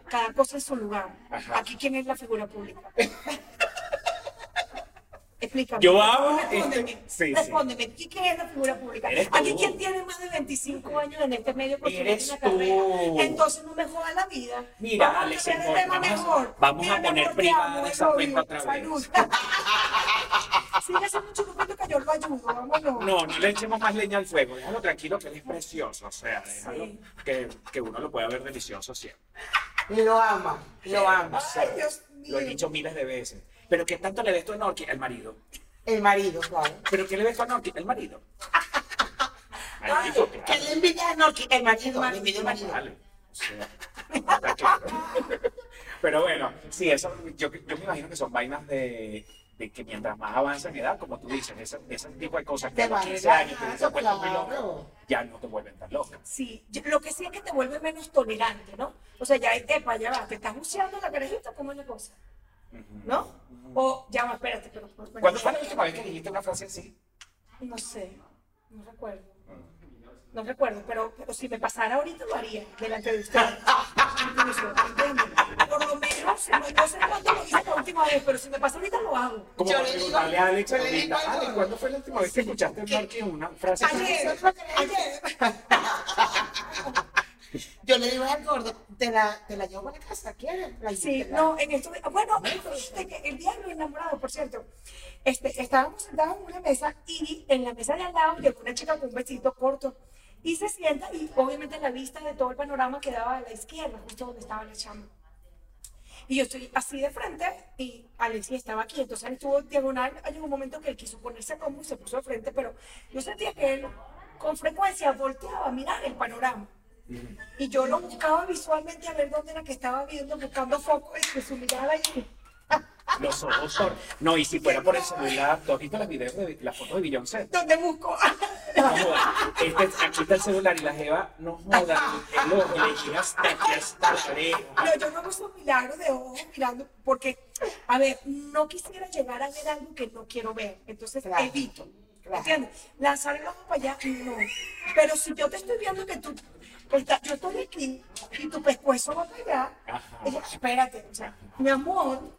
[SPEAKER 3] cada cosa en su lugar.
[SPEAKER 1] Ajá.
[SPEAKER 3] Aquí, ¿quién es la figura pública? Explícame.
[SPEAKER 1] Yo hago
[SPEAKER 3] Respóndeme.
[SPEAKER 1] este- sí, sí.
[SPEAKER 3] respóndeme. ¿Aquí quién es la figura pública?
[SPEAKER 1] Eres
[SPEAKER 3] Aquí,
[SPEAKER 1] tú.
[SPEAKER 3] ¿quién tiene más de 25 años en este medio construyendo
[SPEAKER 1] Eres
[SPEAKER 3] una
[SPEAKER 1] tú.
[SPEAKER 3] carrera? Entonces no me joda la vida.
[SPEAKER 1] Mira,
[SPEAKER 3] vamos
[SPEAKER 1] Alex,
[SPEAKER 3] a cambiar
[SPEAKER 1] amor,
[SPEAKER 3] de tema
[SPEAKER 1] vamos a-
[SPEAKER 3] mejor.
[SPEAKER 1] vamos a
[SPEAKER 3] Mira, mi
[SPEAKER 1] poner
[SPEAKER 3] amor, te
[SPEAKER 1] privada
[SPEAKER 3] amo,
[SPEAKER 1] esa
[SPEAKER 3] I love
[SPEAKER 1] cuenta
[SPEAKER 3] you.
[SPEAKER 1] otra vez.
[SPEAKER 3] Salud. Sigue haciendo mucho poquito que yo lo ayudo. Vámonos.
[SPEAKER 1] No, no le echemos más leña al fuego. Déjalo tranquilo que él es precioso. O sea, déjalo
[SPEAKER 3] Sí.
[SPEAKER 1] que, que uno lo pueda ver delicioso siempre.
[SPEAKER 2] Lo ama. Lo ama.
[SPEAKER 3] Ay, Dios mío.
[SPEAKER 1] Lo he dicho miles de veces. Pero ¿qué tanto le ves tú a Norki? El marido.
[SPEAKER 2] El marido, claro.
[SPEAKER 1] ¿Pero qué le ves tú a Norki? El marido. Marido,
[SPEAKER 2] Que
[SPEAKER 1] claro.
[SPEAKER 2] le envidia a Norqui. El marido. Le envidia el marido.
[SPEAKER 1] Vale. O sea, está claro. Pero bueno, sí, eso, yo, yo me imagino que son vainas de, de que mientras más avanza en edad, como tú dices, ese, ese tipo de cosas que
[SPEAKER 2] Te
[SPEAKER 1] a los
[SPEAKER 2] va
[SPEAKER 1] 15 años te
[SPEAKER 2] ganando,
[SPEAKER 1] dicen, "Bueno, muy loca",
[SPEAKER 2] claro.
[SPEAKER 1] ya no te vuelven tan loca.
[SPEAKER 3] Sí, yo- lo que sí es que te vuelve menos tolerante, ¿no? O sea, ya, epa, ya va, te estás buceando la carajita, ¿cómo es la cosa? ¿No? O ya va, espérate, pero... pero- pero-
[SPEAKER 1] ¿Cuándo fue la última vez que dijiste una frase así?
[SPEAKER 3] No sé, no recuerdo. No recuerdo, pero, pero si me pasara ahorita lo haría, delante de usted. Incluso, ¿entiendes? Por lo menos, no, no sé cuándo lo hice la última vez, pero si me pasa ahorita lo hago.
[SPEAKER 1] Como
[SPEAKER 2] Yo
[SPEAKER 1] para
[SPEAKER 2] le digo-
[SPEAKER 1] preguntarle a Alex
[SPEAKER 2] yo le digo
[SPEAKER 1] ahorita,
[SPEAKER 2] algo.
[SPEAKER 1] "Ale, ¿cuándo fue la última vez que escuchaste en Marquis una frase así?"
[SPEAKER 3] Ayer, ayer.
[SPEAKER 2] Yo le digo al gordo, te la, te la llevo a la casa, ¿quieres? La-
[SPEAKER 3] Sí,
[SPEAKER 2] te la-
[SPEAKER 3] no, en esto, bueno, este, que el día de los enamorados, por cierto, este, estábamos sentados en una mesa y en la mesa de al lado llegó una chica con un vestido corto Y se sienta y obviamente la vista de todo el panorama quedaba a la izquierda, justo donde estaba la chama. Y yo estoy así de frente y Alexia estaba aquí. Entonces él estuvo diagonal. Hay un momento que él quiso ponerse como y se puso de frente, pero yo sentía que él con frecuencia volteaba a mirar el panorama. Y yo lo buscaba visualmente a ver dónde era que estaba viendo, buscando foco y que su mirada y
[SPEAKER 1] Los ojos son. No, y si fuera por el celular, ¿tú has visto los videos de las fotos de Beyoncé?
[SPEAKER 3] dónde busco.
[SPEAKER 1] No joda. Este, aquí está el celular y la Jeva no joda. El ojo le llega hasta aquí, hasta la oreja.
[SPEAKER 3] No, yo no hago esos milagros de ojos mirando, porque, a ver, no quisiera llegar a ver algo que no quiero ver. Entonces
[SPEAKER 2] Claro,
[SPEAKER 3] evito.
[SPEAKER 2] claro.
[SPEAKER 3] ¿Entiendes? Lanzar el ojo para allá, no. Pero si yo te estoy viendo que tú. está- yo estoy aquí y tu pescuezo va para allá.
[SPEAKER 1] Ajá.
[SPEAKER 3] ella, espérate, o sea, mi amor,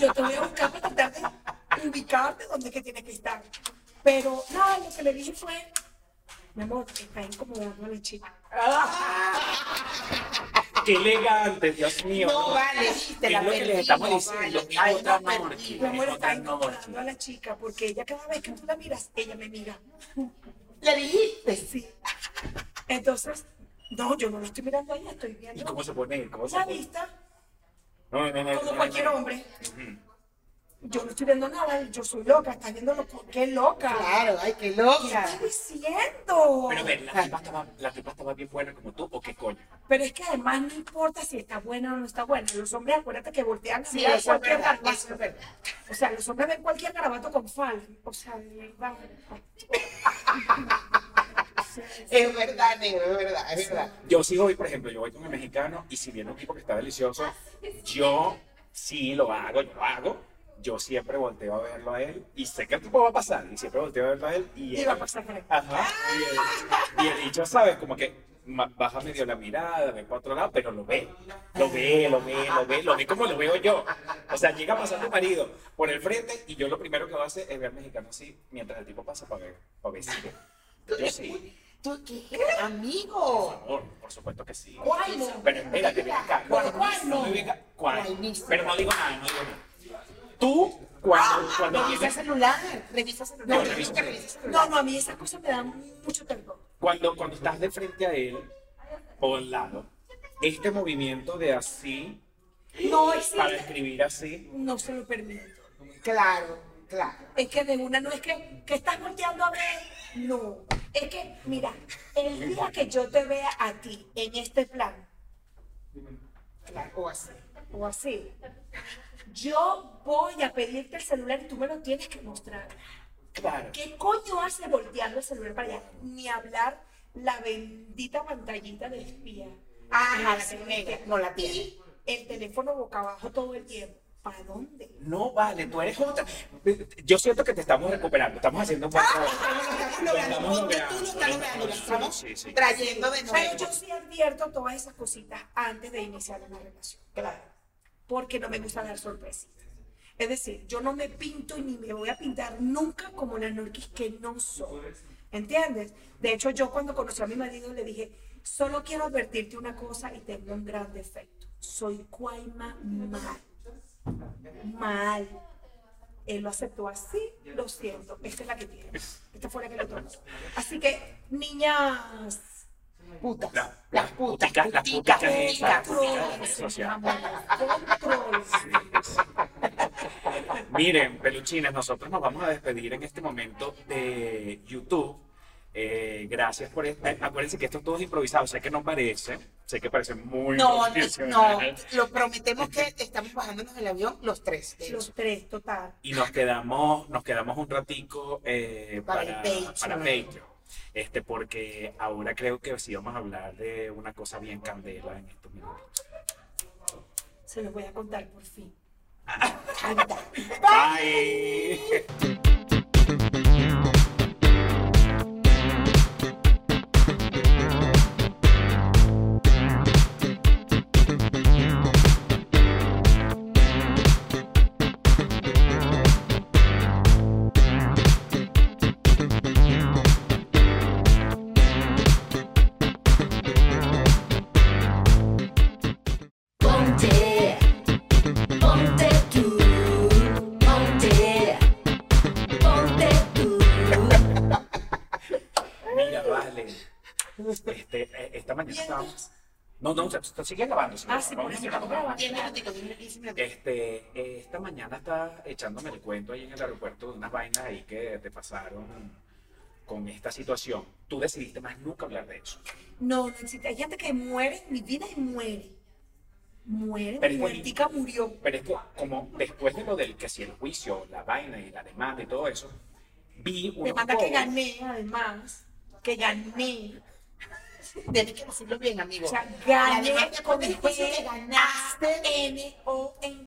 [SPEAKER 3] yo te voy a buscar para tratar de ubicarte donde es que tienes que estar. Pero nada, lo que le dije fue, mi amor, está incomodando a la chica.
[SPEAKER 1] ¡Qué elegante, Dios mío!
[SPEAKER 2] No vale, viste,
[SPEAKER 1] Es
[SPEAKER 2] la
[SPEAKER 1] lo que les
[SPEAKER 2] perdimos,
[SPEAKER 1] estamos diciendo.
[SPEAKER 2] vale.
[SPEAKER 1] es
[SPEAKER 2] Ay,
[SPEAKER 1] otra
[SPEAKER 2] no,
[SPEAKER 1] noche,
[SPEAKER 2] perdimos.
[SPEAKER 3] Mi amor
[SPEAKER 1] es
[SPEAKER 3] está
[SPEAKER 1] otra noche.
[SPEAKER 3] incomodando a la chica porque ella cada vez que tú la miras, ella me mira.
[SPEAKER 2] Le dijiste.
[SPEAKER 3] Sí. Entonces, no, yo no la estoy mirando a ella, estoy
[SPEAKER 1] ¿Y
[SPEAKER 3] viendo
[SPEAKER 1] cómo se pone? ¿Cómo se
[SPEAKER 3] la
[SPEAKER 1] pone?
[SPEAKER 3] vista
[SPEAKER 1] No, no, no, no, no,
[SPEAKER 3] como
[SPEAKER 1] no,
[SPEAKER 3] cualquier
[SPEAKER 1] no.
[SPEAKER 3] hombre. Yo no estoy viendo nada, yo soy loca, estás viendo lo qué loca.
[SPEAKER 2] Claro, ay, qué
[SPEAKER 3] ¿Qué
[SPEAKER 2] loca.
[SPEAKER 3] estás diciendo?
[SPEAKER 1] Pero a ver, la tipa, estaba, la tipa estaba bien buena como tú, ¿o qué coño?
[SPEAKER 3] Pero es que además no importa si está buena o no está buena. Los hombres, acuérdate que voltean a
[SPEAKER 2] Sí,
[SPEAKER 3] mirar
[SPEAKER 2] eso es
[SPEAKER 3] cualquier
[SPEAKER 2] verdad,
[SPEAKER 3] garabato.
[SPEAKER 2] eso es verdad.
[SPEAKER 3] O sea, los hombres ven cualquier garabato con falda. O sea, de verdad.
[SPEAKER 2] Es verdad, negro, es verdad, es verdad.
[SPEAKER 1] Yo sí voy, por ejemplo, yo voy con el mexicano y si viene un tipo que está delicioso,
[SPEAKER 3] Ah,
[SPEAKER 1] yo sí lo hago, yo lo hago. Yo siempre volteo a verlo a él y sé que el tipo va a pasar y siempre volteo a verlo a él y
[SPEAKER 3] Y
[SPEAKER 1] él,
[SPEAKER 3] va a pasar por ahí.
[SPEAKER 1] Ajá. Y el, y el dicho, ¿sabes? Como que ma- baja medio la mirada, ve para otro lado, pero lo ve. Lo ve, lo ve, lo ve, lo ve como lo veo yo. O sea, llega pasando el marido por el frente y yo lo primero que voy a hacer es ver al mexicano así mientras el tipo pasa para ver, para ver si ve. Yo sí,
[SPEAKER 2] ¿Tú qué? Amigo.
[SPEAKER 1] amor, por supuesto que sí.
[SPEAKER 3] ¿Cuál no?
[SPEAKER 1] Pero espérate, ven acá.
[SPEAKER 3] ¿Cuál, cuál no?
[SPEAKER 1] me venga- ¿Cuál?
[SPEAKER 2] Cualísimo.
[SPEAKER 1] Pero no digo nada, no digo nada. Tú, cuando, cuando
[SPEAKER 2] Revisa
[SPEAKER 1] vienes,
[SPEAKER 2] celular, revisa celular.
[SPEAKER 1] No, revisa.
[SPEAKER 2] nunca revisa celular.
[SPEAKER 3] No, no, a mí esas cosas me dan mucho terror.
[SPEAKER 1] cuando, cuando estás de frente a él o al lado, este movimiento de así,
[SPEAKER 3] No
[SPEAKER 1] para
[SPEAKER 3] existe.
[SPEAKER 1] escribir así,
[SPEAKER 3] No se lo permito.
[SPEAKER 2] Claro, claro.
[SPEAKER 3] Es que de una no es que, que estás volteando a ver. No. Es que, mira, el día que yo te vea a ti en este plan,
[SPEAKER 2] claro, O así.
[SPEAKER 3] o así, yo voy a pedirte el celular y tú me lo tienes que mostrar.
[SPEAKER 1] claro.
[SPEAKER 3] ¿Qué coño hace volteando el celular para allá? Ni hablar la bendita pantallita de espía.
[SPEAKER 2] Ajá,
[SPEAKER 3] La
[SPEAKER 2] sí,
[SPEAKER 3] que
[SPEAKER 2] negra, no la tiene.
[SPEAKER 3] Y el teléfono boca abajo todo el tiempo. ¿Para dónde?
[SPEAKER 1] No vale, tú eres otra. Yo siento que te estamos recuperando, estamos haciendo un buen trabajo.
[SPEAKER 2] Lo estamos
[SPEAKER 1] Lo
[SPEAKER 2] logrando,
[SPEAKER 1] estamos
[SPEAKER 2] ponte
[SPEAKER 1] logrando,
[SPEAKER 2] tú lo estás
[SPEAKER 1] lo
[SPEAKER 2] logrando, lo
[SPEAKER 1] estamos-
[SPEAKER 2] estamos
[SPEAKER 1] sí, sí.
[SPEAKER 2] trayendo de
[SPEAKER 3] Pero
[SPEAKER 2] nuevo.
[SPEAKER 3] yo sí advierto todas esas cositas antes de iniciar una relación.
[SPEAKER 2] Claro.
[SPEAKER 3] porque no me gusta dar sorpresas. Es decir, yo no me pinto ni me voy a pintar nunca como la Norquis que no soy. ¿Entiendes? De hecho, yo cuando conocí a mi marido le dije, solo quiero advertirte una cosa y tengo un gran defecto. Soy cuaima mal. Mal. Él lo aceptó así, lo siento. Esta es la que tiene. Esta fue la que lo tomó. Así que, niñas,
[SPEAKER 2] Putas.
[SPEAKER 1] La-
[SPEAKER 2] las putas.
[SPEAKER 1] puticas, las puticas esas, las puticas de redes
[SPEAKER 3] controles,
[SPEAKER 1] sociales.
[SPEAKER 3] amor, controles.
[SPEAKER 1] Miren, peluchines, nosotros nos vamos a despedir en este momento de YouTube. Eh, gracias por estar. Acuérdense que esto es todo improvisado. Sé que no parece, sé que parece muy
[SPEAKER 2] No, no,
[SPEAKER 1] profesional.
[SPEAKER 2] lo prometemos que estamos bajándonos del avión los tres. de
[SPEAKER 3] Los
[SPEAKER 2] hecho.
[SPEAKER 3] tres, total.
[SPEAKER 1] Y nos quedamos, nos quedamos un ratico eh,
[SPEAKER 2] Para el
[SPEAKER 1] para,
[SPEAKER 2] Patreon.
[SPEAKER 1] para Patreon. Este, porque ahora creo que sí vamos a hablar de una cosa bien candela en estos minutos.
[SPEAKER 3] Se los voy a contar por fin.
[SPEAKER 1] Bye.
[SPEAKER 5] Ponte, ponte tú, ponte,
[SPEAKER 1] Este, eh, esta mañana
[SPEAKER 3] Y entonces-
[SPEAKER 1] estábamos. No, no, se, se sigue grabando. sigue
[SPEAKER 3] Ah, sí,
[SPEAKER 1] grabando,
[SPEAKER 3] por eso
[SPEAKER 1] sigue
[SPEAKER 3] no
[SPEAKER 1] grabando.
[SPEAKER 3] graba.
[SPEAKER 2] Diez minuticos, diez minuticos, diez minuticos.
[SPEAKER 1] Este, eh, esta mañana estaba echándome el cuento ahí en el aeropuerto de unas vainas ahí que te pasaron con esta situación. Tú decidiste más nunca hablar de eso.
[SPEAKER 3] No, no existe. Hay gente que muere en mi vida y muere. Muere,
[SPEAKER 1] Pero es que-
[SPEAKER 3] muertica murió.
[SPEAKER 1] Pero es que, como después de lo del que si el juicio, la vaina y la demanda y todo eso, vi unos
[SPEAKER 3] Demanda que
[SPEAKER 1] covers.
[SPEAKER 3] gané, además. Que gané.
[SPEAKER 2] Tienes que decirlo bien, amigo.
[SPEAKER 3] O sea,
[SPEAKER 2] La
[SPEAKER 3] gané
[SPEAKER 2] demanda
[SPEAKER 3] con
[SPEAKER 2] con
[SPEAKER 3] el
[SPEAKER 2] el juicio que
[SPEAKER 3] ganaste. N-O-N.